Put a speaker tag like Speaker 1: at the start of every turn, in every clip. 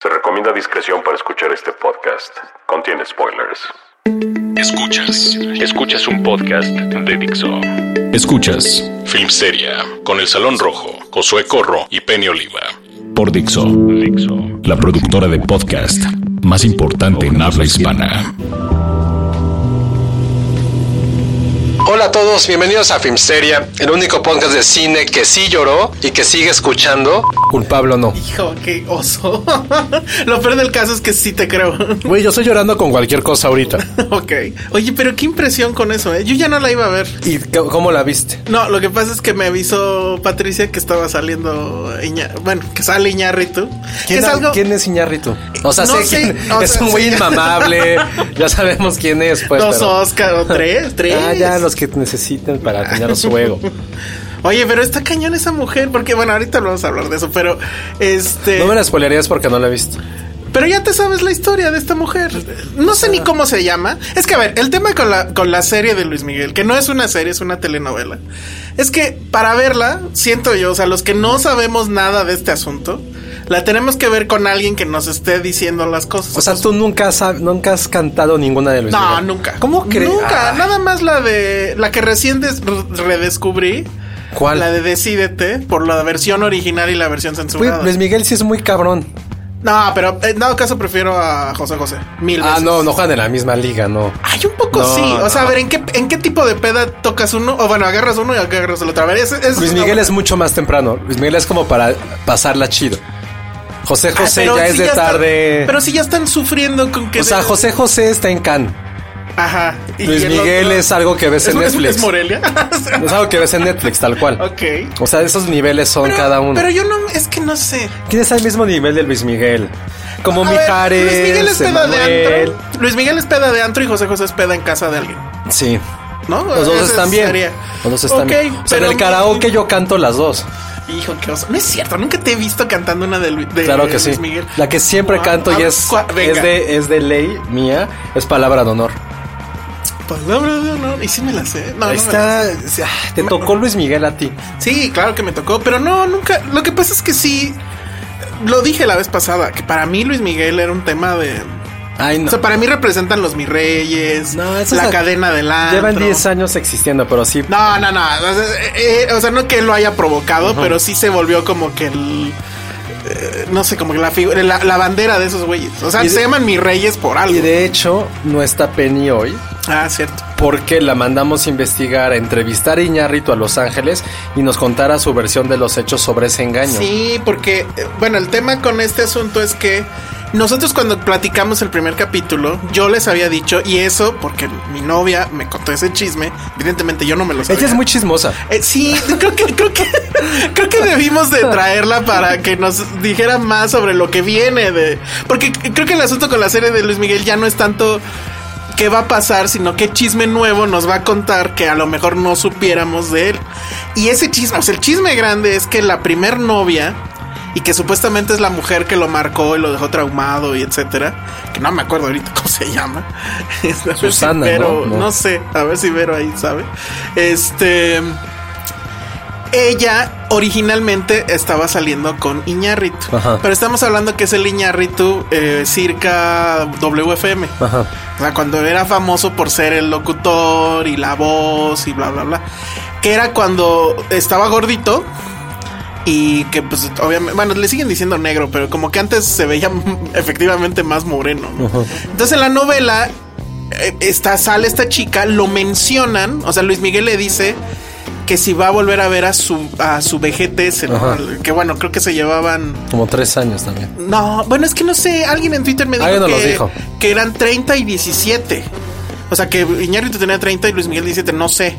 Speaker 1: Se recomienda discreción para escuchar este podcast. Contiene spoilers.
Speaker 2: Escuchas, escuchas un podcast de Dixo. Escuchas Film Seria con El Salón Rojo, Josué Corro y Penny Oliva. Por Dixo, la productora de podcast más importante en habla hispana.
Speaker 3: Hola a todos, bienvenidos a Filmsteria, el único podcast de cine que sí lloró y que sigue escuchando, culpable o no.
Speaker 4: Hijo, qué oso. Lo peor del caso es que sí te creo.
Speaker 3: Güey, yo estoy llorando con cualquier cosa ahorita.
Speaker 4: ok. Oye, pero qué impresión con eso, ¿eh? Yo ya no la iba a ver.
Speaker 3: ¿Y c- cómo la viste?
Speaker 4: No, lo que pasa es que me avisó Patricia que estaba saliendo Iña- Bueno, que sale Iñarritu. que
Speaker 3: ¿Quién,
Speaker 4: es algo...
Speaker 3: quién es Iñárritu? O sea,
Speaker 4: No
Speaker 3: sé,
Speaker 4: sé,
Speaker 3: quién
Speaker 4: o
Speaker 3: es
Speaker 4: sea,
Speaker 3: un güey
Speaker 4: sí.
Speaker 3: inmamable, ya sabemos quién es, pues.
Speaker 4: dos
Speaker 3: pero-
Speaker 4: Oscar o tres, tres.
Speaker 3: Ah, ya, los que necesiten para tener su ego.
Speaker 4: Oye, pero está cañón esa mujer, porque bueno, ahorita vamos a hablar de eso, pero este...
Speaker 3: No me la spoilerías porque no la he visto.
Speaker 4: Pero ya te sabes la historia de esta mujer. No sé
Speaker 3: Ah.
Speaker 4: ni cómo se llama. Es que, a ver, el tema con la, con la serie de Luis Miguel, que no es una serie, es una telenovela, es que para verla, siento yo, o sea, los que no sabemos nada de este asunto, la tenemos que ver con alguien que nos esté diciendo las cosas.
Speaker 3: O sea, tú nunca has, nunca has cantado ninguna de Luis
Speaker 4: no,
Speaker 3: Miguel.
Speaker 4: nunca.
Speaker 3: ¿Cómo crees?
Speaker 4: Nunca.
Speaker 3: Ah,
Speaker 4: Nada más la de. La que recién des- redescubrí.
Speaker 3: ¿Cuál?
Speaker 4: La de Decídete, por la versión original y la versión
Speaker 3: Güey,
Speaker 4: censurada.
Speaker 3: Luis Miguel sí es muy cabrón.
Speaker 4: No, pero en dado caso prefiero a José José. Mil veces.
Speaker 3: Ah, no, no juegan en la misma liga, no.
Speaker 4: Hay un poco
Speaker 3: No,
Speaker 4: sí. O sea, a
Speaker 3: no.
Speaker 4: ver, ¿en qué, ¿en qué tipo de peda tocas uno? O bueno, agarras uno y agarras el otro. A ver, es, es
Speaker 3: Luis
Speaker 4: una
Speaker 3: Miguel
Speaker 4: buena-
Speaker 3: es mucho más temprano. Luis Miguel es como para pasarla chido. José
Speaker 4: Ah,
Speaker 3: José
Speaker 4: pero
Speaker 3: ya
Speaker 4: si
Speaker 3: es de
Speaker 4: está-
Speaker 3: tarde.
Speaker 4: pero si ya están sufriendo con que.
Speaker 3: o sea,
Speaker 4: de-
Speaker 3: José José está en Cannes.
Speaker 4: Ajá. y
Speaker 3: Luis
Speaker 4: el
Speaker 3: Miguel es algo que ves
Speaker 4: ¿Es
Speaker 3: en
Speaker 4: un- es un-
Speaker 3: Netflix.
Speaker 4: Es Morelia. O sea,
Speaker 3: Es algo que ves en Netflix, tal cual.
Speaker 4: ok.
Speaker 3: O sea, esos niveles son
Speaker 4: Pero-
Speaker 3: cada uno.
Speaker 4: Pero yo no. Es que no sé.
Speaker 3: ¿Quién está al mismo nivel de Luis Miguel? Como
Speaker 4: A ver,
Speaker 3: Mijares.
Speaker 4: Luis Miguel es peda de
Speaker 3: Emanuel.
Speaker 4: antro. Luis Miguel es peda de antro y José José es peda en casa de alguien.
Speaker 3: Sí.
Speaker 4: ¿No?
Speaker 3: Los dos
Speaker 4: Esa
Speaker 3: están bien.
Speaker 4: sería-
Speaker 3: Los dos están
Speaker 4: Ok,
Speaker 3: bien. O sea, en
Speaker 4: pero
Speaker 3: el karaoke yo canto las dos.
Speaker 4: Hijo, qué oso. No es cierto, nunca te he visto cantando una de, Lu- de
Speaker 3: Claro que sí.
Speaker 4: Luis Miguel.
Speaker 3: La que siempre
Speaker 4: Wow.
Speaker 3: canto
Speaker 4: A
Speaker 3: y
Speaker 4: ver,
Speaker 3: es,
Speaker 4: cua- venga.
Speaker 3: es, de, es de ley mía, es palabra de honor.
Speaker 4: Palabra de honor. Y sí me la sé. No,
Speaker 3: Ahí
Speaker 4: no me la
Speaker 3: está. Ah, Te tocó Luis Miguel a ti.
Speaker 4: Sí, claro que me tocó, pero no, nunca. Lo que pasa es que sí. Lo dije la vez pasada, que para mí Luis Miguel era un tema de.
Speaker 3: Ay,
Speaker 4: O sea, para mí representan los mis reyes,
Speaker 3: No,
Speaker 4: la
Speaker 3: eso es la-
Speaker 4: cadena del antro.
Speaker 3: Llevan 10 años existiendo, pero sí.
Speaker 4: No, no, no. O sea, eh, eh, o sea, no que él lo haya provocado, pero sí se volvió como que el. eh, No sé, como que la, figu- la, la bandera de esos güeyes. O sea,
Speaker 3: Y de-
Speaker 4: se llaman mis reyes por algo.
Speaker 3: Y de hecho, no está Penny hoy
Speaker 4: Ah, cierto.
Speaker 3: porque la mandamos a investigar, a entrevistar a Iñarrito a Los Ángeles y nos contara su versión de los hechos sobre ese engaño.
Speaker 4: Sí, porque, eh, bueno, el tema con este asunto es que nosotros cuando platicamos el primer capítulo, yo les había dicho, y eso porque mi novia me contó ese chisme, evidentemente yo no me lo sabía.
Speaker 3: Ella es muy chismosa.
Speaker 4: Eh, sí, creo que, creo que creo que debimos de traerla para que nos dijera más sobre lo que viene de. Porque creo que el asunto con la serie de Luis Miguel ya no es tanto qué va a pasar, sino qué chisme nuevo nos va a contar que a lo mejor no supiéramos de él. Y ese chisme, o sea, el chisme grande es que la primer novia. Y que supuestamente es la mujer que lo marcó y lo dejó traumado y etcétera. Que no me acuerdo ahorita cómo se llama. A ver si
Speaker 3: Susana,
Speaker 4: Vero-
Speaker 3: ¿no? No.
Speaker 4: no sé, a ver si Vero ahí sabe. Este. Ella originalmente estaba saliendo con Iñarritu.
Speaker 3: Ajá.
Speaker 4: Pero estamos hablando que es el Iñarritu eh, circa WFM.
Speaker 3: Ajá.
Speaker 4: O sea, cuando era famoso por ser el locutor y la voz y bla, bla, bla. que era cuando estaba gordito y que pues obviamente, bueno, le siguen diciendo negro, pero como que antes se veía efectivamente más moreno. ¿no? Entonces en la novela eh, está, sale esta chica, lo mencionan, o sea, Luis Miguel le dice que si va a volver a ver a su, a su VGTS, ¿no?
Speaker 3: Ajá.
Speaker 4: que bueno, creo que se llevaban...
Speaker 3: Como tres años también.
Speaker 4: No, bueno, es que no sé, alguien en Twitter me dijo,
Speaker 3: Alguien nos
Speaker 4: que,
Speaker 3: los dijo.
Speaker 4: que eran 30 y 17. O sea, que Iñárritu tenía 30 y Luis Miguel 17, no sé.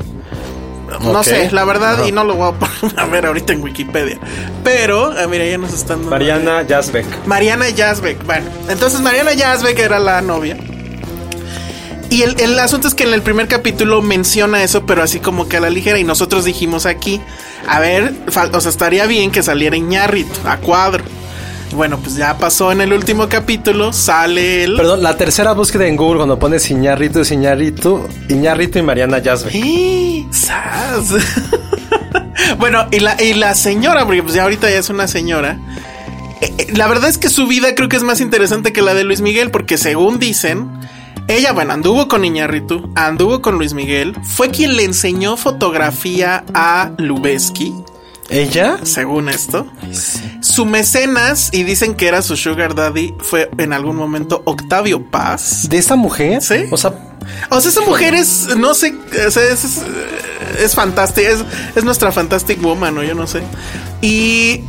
Speaker 4: No
Speaker 3: Ok.
Speaker 4: sé, la verdad,
Speaker 3: Ajá.
Speaker 4: y no lo voy a poner a ver ahorita en Wikipedia. Pero, ah, mira, ya nos están... dando-
Speaker 5: Mariana Jasbeck.
Speaker 4: Mariana Yazbek. Bueno, entonces Mariana Yazbek era la novia. Y el, el asunto es que en el primer capítulo menciona eso, pero así como que a la ligera. Y nosotros dijimos aquí, a ver, fal- o sea, estaría bien que saliera Iñárritu a cuadro. Bueno, pues ya pasó en el último capítulo, sale él.
Speaker 3: Perdón, la tercera búsqueda en Google cuando pones Iñarrito es Iñarrito, Iñarrito y Mariana Jasbeck.
Speaker 4: ¡Eh! ¡Sas! bueno, y la, y la señora, porque pues ya ahorita ya es una señora. Eh, eh, La verdad es que su vida creo que es más interesante que la de Luis Miguel, porque según dicen, ella, bueno, anduvo con Iñarritu, anduvo con Luis Miguel, fue quien le enseñó fotografía a Lubeski,
Speaker 3: ¿Ella?
Speaker 4: según esto. Su mecenas, y dicen que era su sugar daddy, fue en algún momento Octavio Paz.
Speaker 3: ¿De esa mujer?
Speaker 4: Sí.
Speaker 3: O sea,
Speaker 4: O sea, esa mujer es, no sé, o sea, es, es, es fantástica, es, es nuestra fantastic woman, ¿no? Yo no sé. Y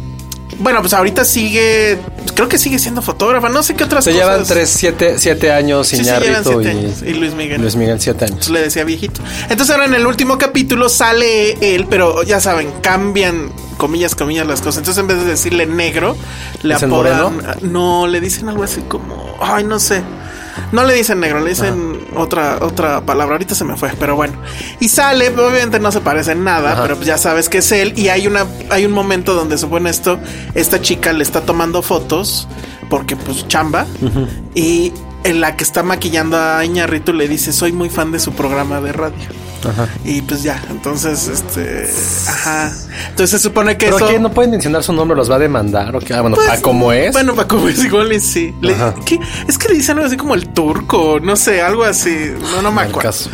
Speaker 4: bueno, pues ahorita sigue, pues, creo que sigue siendo fotógrafa, no sé qué otras
Speaker 3: se
Speaker 4: cosas.
Speaker 3: llevan tres, siete, siete años
Speaker 4: Sí, sí, llevan
Speaker 3: Iñarrito
Speaker 4: siete
Speaker 3: y,
Speaker 4: años. Y Luis Miguel.
Speaker 3: Luis Miguel, siete
Speaker 4: Pues
Speaker 3: años.
Speaker 4: le decía viejito. Entonces ahora en el último capítulo sale él, pero ya saben, cambian comillas, comillas las cosas. Entonces en vez de decirle negro, le
Speaker 3: ¿Dicen
Speaker 4: apodan.
Speaker 3: moreno?
Speaker 4: No, le dicen algo así como. Ay, no sé. No le dicen negro, le dicen otra, otra palabra. Ahorita se me fue, pero bueno. Y sale, obviamente no se parece en nada, pero pues ya sabes que es él. Y hay una, hay un momento donde supone esto, esta chica le está tomando fotos, porque pues chamba. Y en la que está maquillando a Iñarritu le dice, soy muy fan de su programa de radio. Y pues ya, entonces, este, ajá. Entonces se supone que
Speaker 3: ¿Pero
Speaker 4: eso.
Speaker 3: qué? ¿No pueden mencionar su nombre? ¿Los va a demandar? ¿O qué? Ah, bueno,
Speaker 4: Pues,
Speaker 3: ¿a cómo es?
Speaker 4: Bueno, para cómo es igual y sí. Le-
Speaker 3: Ajá.
Speaker 4: ¿qué? Es que le dicen algo así como el turco, no sé, algo así. No, no me
Speaker 3: Al
Speaker 4: acuerdo.
Speaker 3: caso.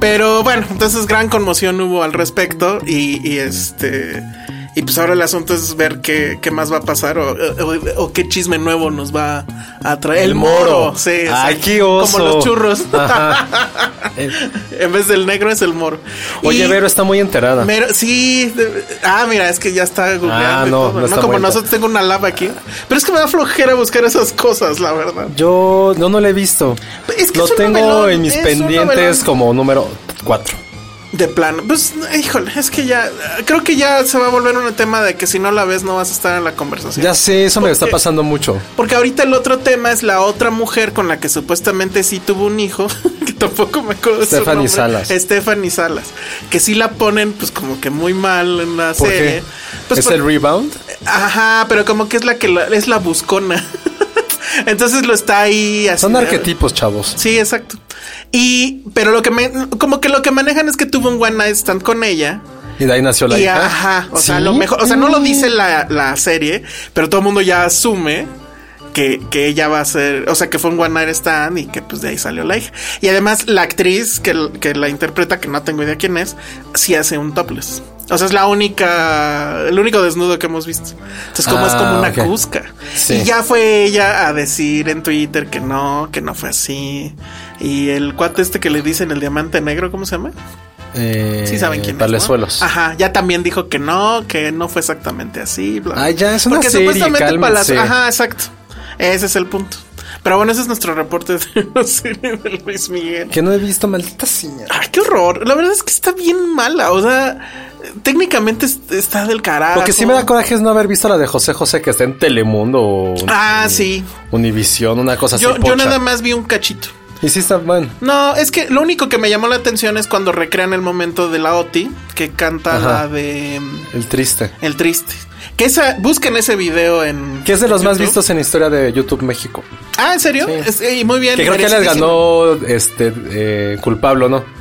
Speaker 4: Pero bueno, entonces gran conmoción hubo al respecto y, y este... Y pues ahora el asunto es ver qué, qué más va a pasar o, o- o qué chisme nuevo nos va a traer.
Speaker 3: El moro.
Speaker 4: Sí,
Speaker 3: Ay,
Speaker 4: sí.
Speaker 3: qué oso. Ah.
Speaker 4: Como los churros.
Speaker 3: Ajá. Eh,
Speaker 4: en vez del negro es el moro.
Speaker 3: Oye,
Speaker 4: Y-
Speaker 3: Vero está muy enterada.
Speaker 4: Mero- sí. de- ah, mira, es que ya está googleando.
Speaker 3: Ah,
Speaker 4: y
Speaker 3: no,
Speaker 4: todo,
Speaker 3: no
Speaker 4: no,
Speaker 3: está
Speaker 4: como
Speaker 3: muerta.
Speaker 4: nosotros tengo una lava aquí. Pero es que me da flojera buscar esas cosas, la verdad.
Speaker 3: Yo no, no la he visto.
Speaker 4: Pues, Es que
Speaker 3: Lo
Speaker 4: es un
Speaker 3: tengo
Speaker 4: novelón,
Speaker 3: en mis
Speaker 4: es un
Speaker 3: pendientes
Speaker 4: novelón.
Speaker 3: como número 4.
Speaker 4: De plano. Pues, híjole, es que ya. Creo que ya se va a volver un tema de que si no la ves no vas a estar en la conversación.
Speaker 3: Ya sé, eso me está
Speaker 4: Porque-
Speaker 3: pasando mucho.
Speaker 4: Porque ahorita el otro tema es la otra mujer con la que supuestamente sí tuvo un hijo, que tampoco me acuerdo. su
Speaker 3: Stephanie
Speaker 4: nombre,
Speaker 3: Salas.
Speaker 4: Stephanie Salas. Que sí la ponen, pues, como que muy mal en la
Speaker 3: ¿Por
Speaker 4: serie.
Speaker 3: qué?
Speaker 4: Pues
Speaker 3: ¿Es
Speaker 4: por-
Speaker 3: el rebound?
Speaker 4: Ajá, pero como que es la que la- es la buscona. Entonces lo está ahí así.
Speaker 3: Son
Speaker 4: ¿no?
Speaker 3: arquetipos, chavos.
Speaker 4: Sí, exacto. Y, pero lo que me, como que lo que manejan es que tuvo un one night stand con ella.
Speaker 3: Y de ahí nació la
Speaker 4: y
Speaker 3: hija.
Speaker 4: ajá, o sea,
Speaker 3: ¿Sí? Mm.
Speaker 4: lo mejor, o sea, no lo dice la, la serie, pero todo el mundo ya asume que, que ella va a ser, o sea, que fue un one night stand y que pues de ahí salió la hija. Y además la actriz que, l- que la interpreta, que no tengo idea quién es, sí hace un topless. O sea, es la única, el único desnudo que hemos visto. Entonces, como es como
Speaker 3: Ah,
Speaker 4: una
Speaker 3: ok.
Speaker 4: cusca.
Speaker 3: Sí.
Speaker 4: Y ya fue ella a decir en Twitter que no, que no fue así. Y el cuate este que le dicen el diamante negro, ¿cómo se llama?
Speaker 3: Eh,
Speaker 4: Sí saben quién es,
Speaker 3: Palezuelos.
Speaker 4: ¿no? Ajá, ya también dijo que no, que no fue exactamente así. Bla, bla.
Speaker 3: Ah, ya, es una
Speaker 4: Porque
Speaker 3: serie,
Speaker 4: supuestamente
Speaker 3: cálmense.
Speaker 4: Palaz- Ajá, exacto. Ese es el punto. Pero bueno, ese es nuestro reporte de la serie de Luis Miguel.
Speaker 3: Que no he visto, maldita señora.
Speaker 4: Ay, qué horror. La verdad es que está bien mala. O sea, técnicamente es- está del carajo.
Speaker 3: Lo que sí me da coraje es no haber visto la de José José que está en Telemundo o
Speaker 4: Ah, sí.
Speaker 3: Univisión, una cosa
Speaker 4: Yo,
Speaker 3: así.
Speaker 4: yo
Speaker 3: pocha.
Speaker 4: nada más vi un cachito.
Speaker 3: Y sí está bueno.
Speaker 4: No, es que lo único que me llamó la atención es cuando recrean el momento de la Oti, que canta
Speaker 3: Ajá.
Speaker 4: la de mm,
Speaker 3: El triste.
Speaker 4: El Triste. Que esa, busquen ese video en.
Speaker 3: Que es de los
Speaker 4: en
Speaker 3: más
Speaker 4: YouTube.
Speaker 3: vistos en historia de YouTube México.
Speaker 4: Ah, ¿en serio?
Speaker 3: Sí.
Speaker 4: Es- eh, muy bien.
Speaker 3: Que creo que les
Speaker 4: merecidísimo.
Speaker 3: ganó este eh, culpable, ¿no?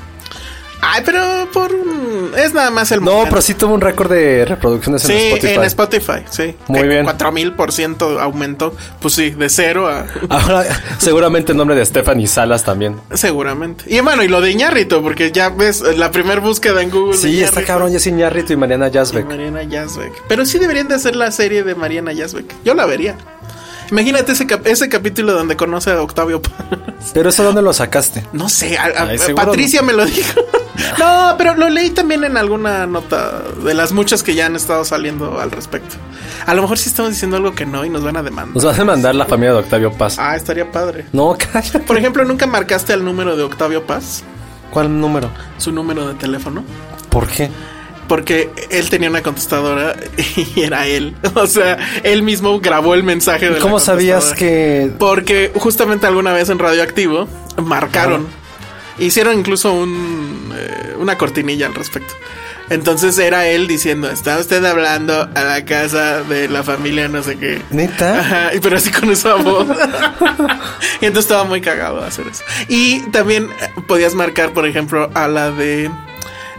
Speaker 4: Ay, pero por un- es nada más el
Speaker 3: No,
Speaker 4: mundial.
Speaker 3: pero sí tuvo un récord de reproducciones
Speaker 4: Sí,
Speaker 3: en Spotify.
Speaker 4: en Spotify, sí.
Speaker 3: Muy bien.
Speaker 4: 4000% aumentó. Pues sí, de cero a.
Speaker 3: Ahora, seguramente el nombre de Stephanie Salas también.
Speaker 4: Seguramente. Y bueno, y lo de Iñarrito, porque ya ves la primer búsqueda en Google.
Speaker 3: Sí,
Speaker 4: de
Speaker 3: está
Speaker 4: Iñárritu.
Speaker 3: cabrón, ya es Iñárritu y Mariana
Speaker 4: Y
Speaker 3: Yazbek.
Speaker 4: Mariana Yazbek. Pero sí deberían de hacer la serie de Mariana Yazbek. Yo la vería. Imagínate ese, cap- ese capítulo donde conoce a Octavio Paz.
Speaker 3: Pero eso, ¿dónde lo sacaste?
Speaker 4: No sé, a- a-
Speaker 3: Ay, seguro
Speaker 4: Patricia me lo dijo. No, pero lo leí también en alguna nota de las muchas que ya han estado saliendo al respecto. A lo mejor sí estamos diciendo algo que no y nos van a demandar.
Speaker 3: Nos vas a mandar la familia de Octavio Paz.
Speaker 4: Ah, estaría padre.
Speaker 3: No, cállate.
Speaker 4: Por ejemplo, ¿nunca marcaste al número de Octavio Paz?
Speaker 3: ¿Cuál número?
Speaker 4: Su número de teléfono.
Speaker 3: ¿Por qué?
Speaker 4: Porque él tenía una contestadora y era él. O sea, él mismo grabó el mensaje de la
Speaker 3: ¿Cómo sabías
Speaker 4: contestadora.
Speaker 3: que
Speaker 4: Porque justamente alguna vez en Radioactivo marcaron. Hicieron incluso un, eh, una cortinilla al respecto. Entonces era él diciendo, está usted hablando a la casa de la familia no sé qué.
Speaker 3: ¿Neta?
Speaker 4: Ajá, y- pero así con esa voz. y entonces estaba muy cagado hacer eso. Y también eh, podías marcar, por ejemplo, a la de...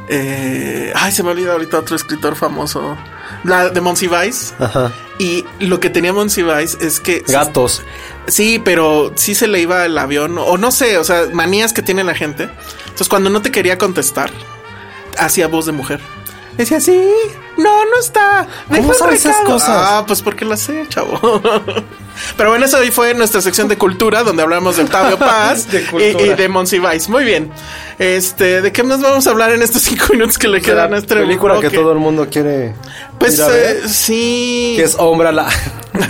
Speaker 4: eh, ay, se me olvida ahorita otro escritor famoso. La de Monty Vice.
Speaker 3: Ajá.
Speaker 4: Y lo que tenía Monty Vice es que...
Speaker 3: gatos?
Speaker 4: Sí, pero sí se le iba el avión, o no sé, o sea, manías que tiene la gente. Entonces, cuando no te quería contestar, hacía voz de mujer. Decía, sí, no, no está. Deja
Speaker 3: ¿Cómo
Speaker 4: un
Speaker 3: sabes esas
Speaker 4: recado".
Speaker 3: cosas?
Speaker 4: Ah, pues porque las sé, chavo. Pero bueno, eso hoy fue nuestra sección de cultura, donde hablamos de Octavio Paz
Speaker 3: De
Speaker 4: y,
Speaker 3: cultura.
Speaker 4: y de Monsi Vice. Muy bien. Este, ¿de qué más vamos a hablar en estos cinco minutos que le
Speaker 3: Pues La
Speaker 4: quedan a este
Speaker 3: película
Speaker 4: bloque?
Speaker 3: que todo el mundo quiere.
Speaker 4: Pues
Speaker 3: ir a ver,
Speaker 4: eh, sí.
Speaker 3: que es Hombre al, A-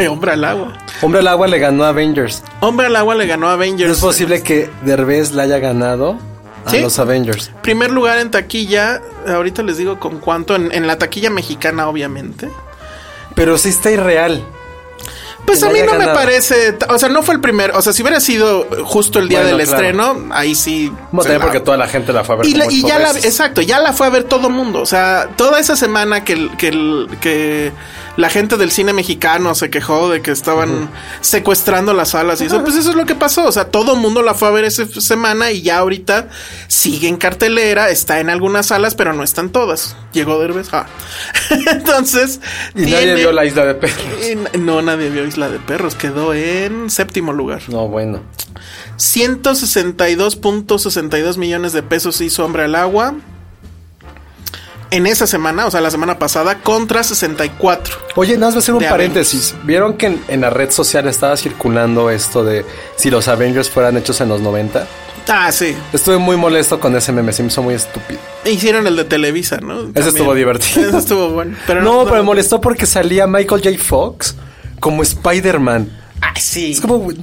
Speaker 4: Hombre al agua.
Speaker 3: Hombre al agua le ganó a Avengers.
Speaker 4: Hombre al agua le ganó a Avengers.
Speaker 3: Es posible que Derbez la haya ganado a
Speaker 4: ¿Sí?
Speaker 3: los Avengers.
Speaker 4: Primer lugar en taquilla, ahorita les digo con cuánto, en, en la taquilla mexicana obviamente.
Speaker 3: Pero sí está irreal.
Speaker 4: Pues
Speaker 3: Que
Speaker 4: a
Speaker 3: no
Speaker 4: mí
Speaker 3: haya
Speaker 4: no me
Speaker 3: ganado.
Speaker 4: parece, ta- o sea, no fue el primer, o sea, si hubiera sido justo el día
Speaker 3: Bueno,
Speaker 4: del
Speaker 3: claro.
Speaker 4: estreno, ahí sí...
Speaker 3: Bueno,
Speaker 4: se
Speaker 3: también
Speaker 4: la-
Speaker 3: porque toda la gente la fue a ver.
Speaker 4: y, la-
Speaker 3: como
Speaker 4: y
Speaker 3: ocho
Speaker 4: ya la,
Speaker 3: veces.
Speaker 4: exacto, ya la fue a ver todo mundo. O sea, toda esa semana que, el- que, el- que la gente del cine mexicano se quejó de que estaban secuestrando las salas y eso, pues eso es lo que pasó. O sea, todo mundo la fue a ver esa f- semana y ya ahorita sigue en cartelera, está en algunas salas, pero no están todas. Llegó Derbez. ah. Entonces,
Speaker 3: Y nadie
Speaker 4: tiene-
Speaker 3: vio la isla de perros.
Speaker 4: y- No, nadie vio Isla de Perros, quedó en séptimo lugar.
Speaker 3: No, bueno.
Speaker 4: 162.62 millones de pesos hizo Hombre al Agua en esa semana, o sea, la semana pasada, contra 64.
Speaker 3: Oye, nada más voy a hacer un
Speaker 4: De
Speaker 3: paréntesis. ¿Vieron que en, en la red social estaba circulando esto de si los Avengers fueran hechos en los 90?
Speaker 4: Ah, sí.
Speaker 3: Estuve muy molesto con ese meme, se me hizo muy estúpido.
Speaker 4: Hicieron el de Televisa, ¿no? También.
Speaker 3: estuvo divertido.
Speaker 4: Ese estuvo bueno. Pero
Speaker 3: no, pero me molestó porque salía Michael J. Fox como Spider-Man.
Speaker 4: Ah, sí.
Speaker 3: Es como... güey,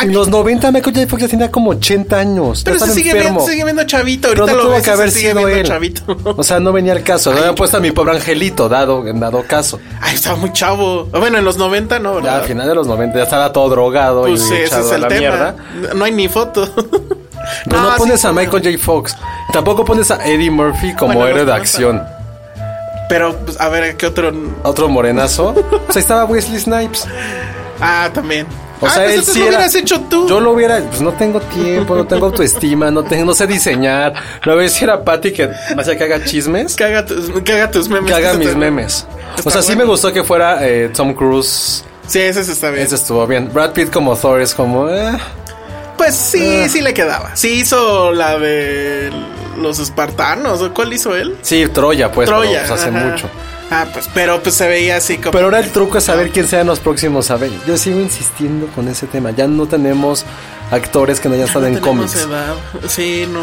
Speaker 3: En los 90 Michael J. Fox ya tenía como 80 años.
Speaker 4: pero
Speaker 3: ya
Speaker 4: se
Speaker 3: estaba
Speaker 4: sigue
Speaker 3: enfermo.
Speaker 4: viendo, sigue viendo chavito.
Speaker 3: Pero
Speaker 4: Ahorita
Speaker 3: no
Speaker 4: lo
Speaker 3: tuvo que
Speaker 4: ves y se
Speaker 3: haber
Speaker 4: sigue
Speaker 3: sido
Speaker 4: viendo
Speaker 3: él.
Speaker 4: chavito.
Speaker 3: O sea, no venía al caso. No había puesto a mi pobre angelito, dado, en dado caso.
Speaker 4: Ay, estaba muy chavo. Bueno, en los 90 no,
Speaker 3: Ya
Speaker 4: ¿verdad?
Speaker 3: al final de los 90 ya estaba todo drogado
Speaker 4: pues
Speaker 3: y
Speaker 4: ese
Speaker 3: echado
Speaker 4: es
Speaker 3: a
Speaker 4: el
Speaker 3: la
Speaker 4: tema.
Speaker 3: mierda.
Speaker 4: No hay ni foto. Ah,
Speaker 3: Pero no,
Speaker 4: sí,
Speaker 3: pones a
Speaker 4: sí.
Speaker 3: Michael J. Fox. Tampoco pones a Eddie Murphy como
Speaker 4: Bueno,
Speaker 3: héroe
Speaker 4: los
Speaker 3: de
Speaker 4: conozco.
Speaker 3: acción.
Speaker 4: Pero, pues, a ver, ¿qué otro
Speaker 3: Otro morenazo. pues ahí estaba Wesley Snipes.
Speaker 4: Ah, también.
Speaker 3: O
Speaker 4: ah,
Speaker 3: sea,
Speaker 4: pues
Speaker 3: él
Speaker 4: entonces
Speaker 3: sí
Speaker 4: lo
Speaker 3: era-
Speaker 4: hubieras hecho tú.
Speaker 3: Yo lo hubiera, pues no tengo tiempo, no tengo autoestima, no tengo, no sé diseñar. Lo hubiera si era Patty que me hacía que haga chismes, que
Speaker 4: Caga tus, caga tus memes.
Speaker 3: haga
Speaker 4: Ese
Speaker 3: mis
Speaker 4: está-
Speaker 3: memes.
Speaker 4: Está
Speaker 3: O sea, sí
Speaker 4: bueno.
Speaker 3: me gustó que fuera eh, Tom Cruise.
Speaker 4: Sí, ese sí está bien.
Speaker 3: Eso estuvo bien. Brad Pitt como Thor es como, eh,
Speaker 4: Pues
Speaker 3: Ah.
Speaker 4: sí, sí le quedaba. Sí hizo la de los espartanos. ¿o ¿Cuál hizo él?
Speaker 3: sí, Troya, pues, pero,
Speaker 4: Troya.
Speaker 3: pues, hace
Speaker 4: ajá.
Speaker 3: mucho.
Speaker 4: Ah, pues, pero pues se veía así como. "Ah,
Speaker 3: Pero ahora el truco es saber quién sean los próximos Avengers. Yo sigo insistiendo con ese tema. Ya no tenemos actores que no hayan estado
Speaker 4: No
Speaker 3: en
Speaker 4: tenemos
Speaker 3: cómics.
Speaker 4: edad. Sí, no.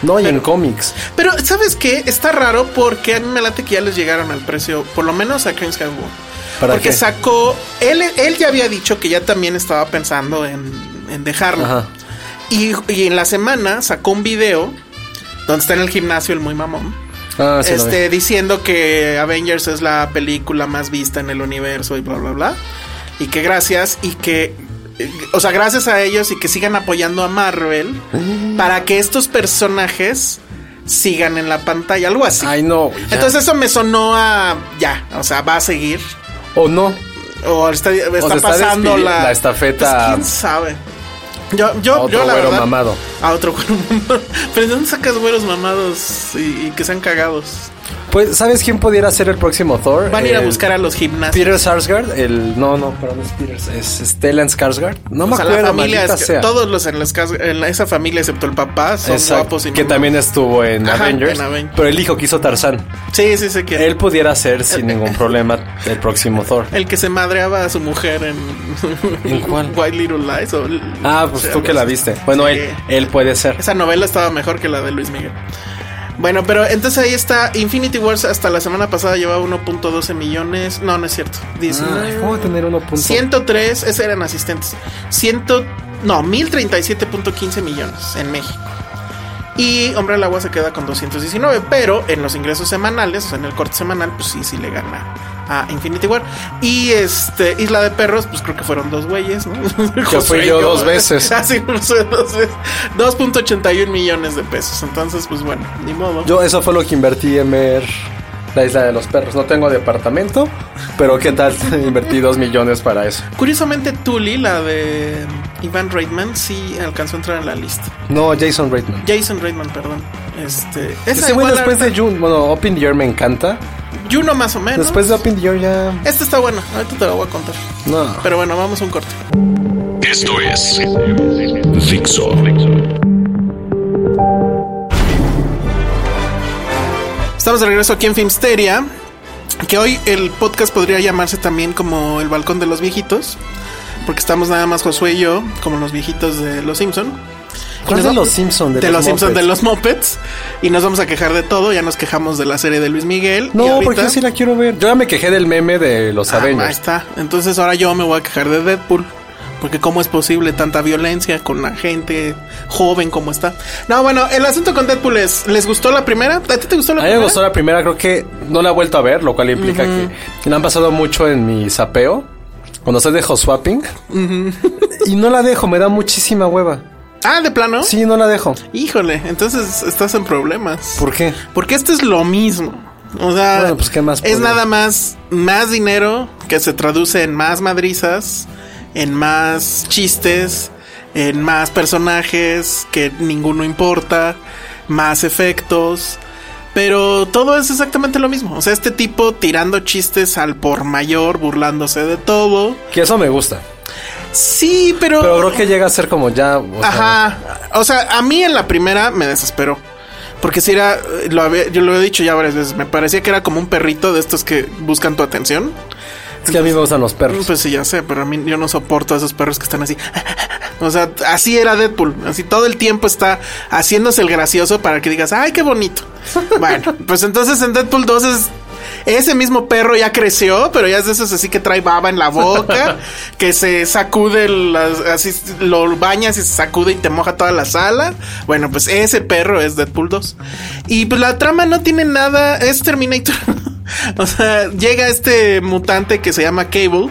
Speaker 3: No, y en cómics.
Speaker 4: Pero, ¿sabes qué? Está raro porque a mí me late que ya les llegaron al precio, por lo menos a Chris Hemsworth.
Speaker 3: ¿Para
Speaker 4: Porque
Speaker 3: qué?
Speaker 4: sacó. Él, él ya había dicho que ya también estaba pensando en, en dejarlo.
Speaker 3: Ajá.
Speaker 4: Y, y en la semana sacó un video donde está en el gimnasio el muy mamón.
Speaker 3: Ah, sí lo vi.
Speaker 4: este, diciendo que Avengers es la película más vista en el universo y bla, bla, bla. Y que gracias y que... eh, O sea, gracias a ellos y que sigan apoyando a Marvel
Speaker 3: Ah.
Speaker 4: para que estos personajes sigan en la pantalla, algo así.
Speaker 3: Ay, no. güey, ya.
Speaker 4: Entonces eso me sonó a... Ya, o sea, va a seguir.
Speaker 3: o no.
Speaker 4: O está, está
Speaker 3: está
Speaker 4: pasando
Speaker 3: despi-
Speaker 4: la,
Speaker 3: la estafeta.
Speaker 4: Pues, ¿Quién sabe? Yo, yo,
Speaker 3: Otro
Speaker 4: yo la
Speaker 3: güero
Speaker 4: verdad,
Speaker 3: mamado.
Speaker 4: A otro güero mamado. Pero ¿de dónde sacas güeros mamados y, y que sean cagados?
Speaker 3: Pues, ¿sabes quién pudiera ser el próximo Thor?
Speaker 4: Van a ir a
Speaker 3: El
Speaker 4: buscar a los gimnasios.
Speaker 3: Peter Sarsgaard, el. No, no, perdón, es Peter. Es Stellan Skarsgård. No me
Speaker 4: o sea,
Speaker 3: acuerdo,
Speaker 4: la familia,
Speaker 3: maldita
Speaker 4: es-
Speaker 3: sea.
Speaker 4: todos los en, las, cas- en la- esa familia, excepto el papá, son
Speaker 3: Exacto,
Speaker 4: guapos y
Speaker 3: que
Speaker 4: mamones.
Speaker 3: también estuvo en,
Speaker 4: Ajá,
Speaker 3: Avengers,
Speaker 4: en Avengers.
Speaker 3: Pero el hijo que hizo Tarzán.
Speaker 4: Sí, sí, sé que
Speaker 3: Él pudiera ser sin ningún problema el próximo Thor.
Speaker 4: El que se madreaba a su mujer en.
Speaker 3: ¿En cuál?
Speaker 4: White Little Lies. o-
Speaker 3: Ah, pues
Speaker 4: o sea,
Speaker 3: tú que
Speaker 4: algo
Speaker 3: la
Speaker 4: así.
Speaker 3: viste. Bueno,
Speaker 4: Sí.
Speaker 3: él, él puede ser.
Speaker 4: Esa novela estaba mejor que la de Luis Miguel. Bueno, pero entonces ahí está. Infinity Wars hasta la semana pasada llevaba 1.12 millones. No, no es cierto. 19.
Speaker 3: Ah, ¿Cómo tener uno punto?
Speaker 4: 103, esos eran asistentes. 100, no, 1037.15 millones en México. Y Hombre al Agua se queda con 219, pero en los ingresos semanales, o sea, en el corte semanal, pues sí, sí le gana a Infinity War. Y este, Isla de Perros, pues creo que fueron dos güeyes, ¿no? Josué
Speaker 3: fui
Speaker 4: y
Speaker 3: yo dos veces.
Speaker 4: Ah, sí, Josué dos veces. 2.81 millones de pesos. Entonces, pues bueno, ni modo.
Speaker 3: Yo eso fue lo que invertí en ver la isla de los perros. No tengo departamento, pero qué tal invertí dos millones para eso.
Speaker 4: Curiosamente, Tuli, la de Ivan Reitman, sí alcanzó a entrar en la lista.
Speaker 3: No, Jason Reitman.
Speaker 4: Jason Reitman, perdón. Este, esa
Speaker 3: Ese güey
Speaker 4: igual
Speaker 3: después de June, bueno, Open the Year me encanta.
Speaker 4: ahorita- Juno más o menos.
Speaker 3: Después de Open the Year ya.
Speaker 4: Esta está buena, ahorita te la voy a contar.
Speaker 3: No.
Speaker 4: Pero bueno, vamos a un corte.
Speaker 2: Esto es Dixo.
Speaker 4: Estamos de regreso aquí en Filmsteria. Que hoy el podcast podría llamarse también como El Balcón de los Viejitos. Porque estamos nada más Josué y yo, como los viejitos de Los Simpson. Y
Speaker 3: ¿Cuál
Speaker 4: nos
Speaker 3: de
Speaker 4: va-
Speaker 3: los Simpson?
Speaker 4: De, los, Simpson, de
Speaker 3: Muppets?
Speaker 4: los Muppets. Y nos vamos a quejar de todo. Ya nos quejamos de la serie de Luis Miguel. y
Speaker 3: No,
Speaker 4: ahorita-
Speaker 3: porque yo sí la quiero ver. Yo ya me quejé del meme de los
Speaker 4: Ah, ahí
Speaker 3: Avengers.
Speaker 4: está. Entonces ahora yo me voy a quejar de Deadpool. Porque cómo es posible tanta violencia con la gente joven como está. No, bueno, el asunto con Deadpool es, ¿les gustó la primera? ¿A ti te gustó la
Speaker 3: A mí me
Speaker 4: primera?
Speaker 3: gustó la primera, creo que no la he vuelto a ver, lo cual implica que la han pasado mucho en mi sapeo. Cuando se dejo swapping. Y no la dejo, me da muchísima hueva.
Speaker 4: Ah, de plano.
Speaker 3: Sí, no la dejo.
Speaker 4: Híjole, entonces estás en problemas.
Speaker 3: ¿Por qué?
Speaker 4: Porque esto es lo mismo. O sea,
Speaker 3: Bueno, pues, ¿qué más
Speaker 4: es
Speaker 3: puedo?
Speaker 4: nada más más dinero que se traduce en más madrizas, en más chistes, en más personajes que ninguno importa, más efectos. Pero todo es exactamente lo mismo. O sea, este tipo tirando chistes al por mayor, burlándose de todo.
Speaker 3: Que eso me gusta.
Speaker 4: Sí, pero.
Speaker 3: Pero creo que llega a ser como ya. o sea,
Speaker 4: Ajá. O sea, a mí en la primera me desesperó. Porque si era, eh, lo había- yo lo he dicho ya varias veces, me parecía que era como un perrito de estos que buscan tu atención.
Speaker 3: Es que a mí me gustan los perros.
Speaker 4: Pues sí, ya sé, pero a mí yo no soporto a esos perros que están así. O sea, así era Deadpool. Así todo el tiempo está haciéndose el gracioso para que digas, ay, qué bonito. Bueno, pues entonces en Deadpool 2 es... Ese mismo perro ya creció, pero ya es de esos así que trae baba en la boca, que se sacude, las- así lo bañas y se sacude y te moja toda la sala. Bueno, pues ese perro es Deadpool 2. Y pues la trama no tiene nada, es Terminator. o sea, llega este mutante que se llama Cable.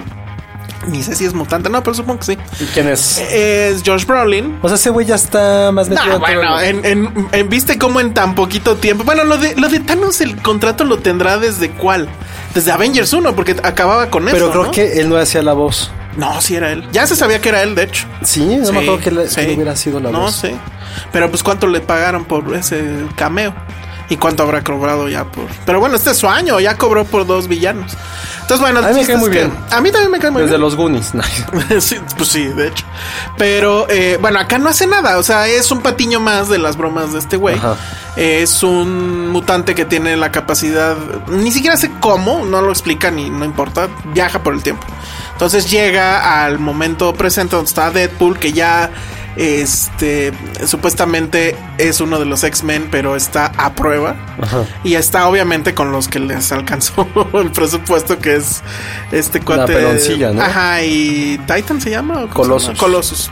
Speaker 4: Ni sé si es mutante, no, pero supongo que sí.
Speaker 3: ¿Y quién es?
Speaker 4: Es Josh Brolin.
Speaker 3: O sea, ese güey ya está más metido.
Speaker 4: No,
Speaker 3: en todo
Speaker 4: bueno,
Speaker 3: el-
Speaker 4: en, en- en- viste cómo en tan poquito tiempo. Bueno, lo de, lo de Thanos, el contrato lo tendrá desde cuál? Desde Avengers 1, porque acababa con
Speaker 3: Pero
Speaker 4: eso.
Speaker 3: creo
Speaker 4: ¿no?
Speaker 3: que él no hacía la voz.
Speaker 4: No, sí era él. Ya se sabía que era él, de hecho.
Speaker 3: Sí, no me
Speaker 4: Sí,
Speaker 3: acuerdo que, le- que
Speaker 4: sí.
Speaker 3: le hubiera sido la
Speaker 4: No
Speaker 3: voz.
Speaker 4: sé. Pero pues cuánto le pagaron por ese cameo. ¿Y cuánto habrá cobrado ya por...? Pero bueno, este es su año. Ya cobró por dos villanos. Entonces, bueno... el
Speaker 3: A mí me
Speaker 4: chiste
Speaker 3: cae muy
Speaker 4: es que-
Speaker 3: bien.
Speaker 4: A mí también me cae muy
Speaker 3: Desde
Speaker 4: bien.
Speaker 3: los Goonies.
Speaker 4: Sí, pues sí, de hecho. Pero eh, bueno, acá no hace nada. O sea, es un patiño más de las bromas de este güey.
Speaker 3: Ajá.
Speaker 4: Es un mutante que tiene la capacidad. Ni siquiera sé cómo, no lo explica ni no importa. Viaja por el tiempo. Entonces llega al momento presente donde está Deadpool, que ya. Este supuestamente es uno de los X-Men, pero está a prueba. Y está obviamente con los que les alcanzó el presupuesto, que es este cuate.
Speaker 3: peloncilla, ¿no?
Speaker 4: Ajá, Ah, y Titan se llama. ¿o cómo se
Speaker 3: Colossus.
Speaker 4: llama? Colossus.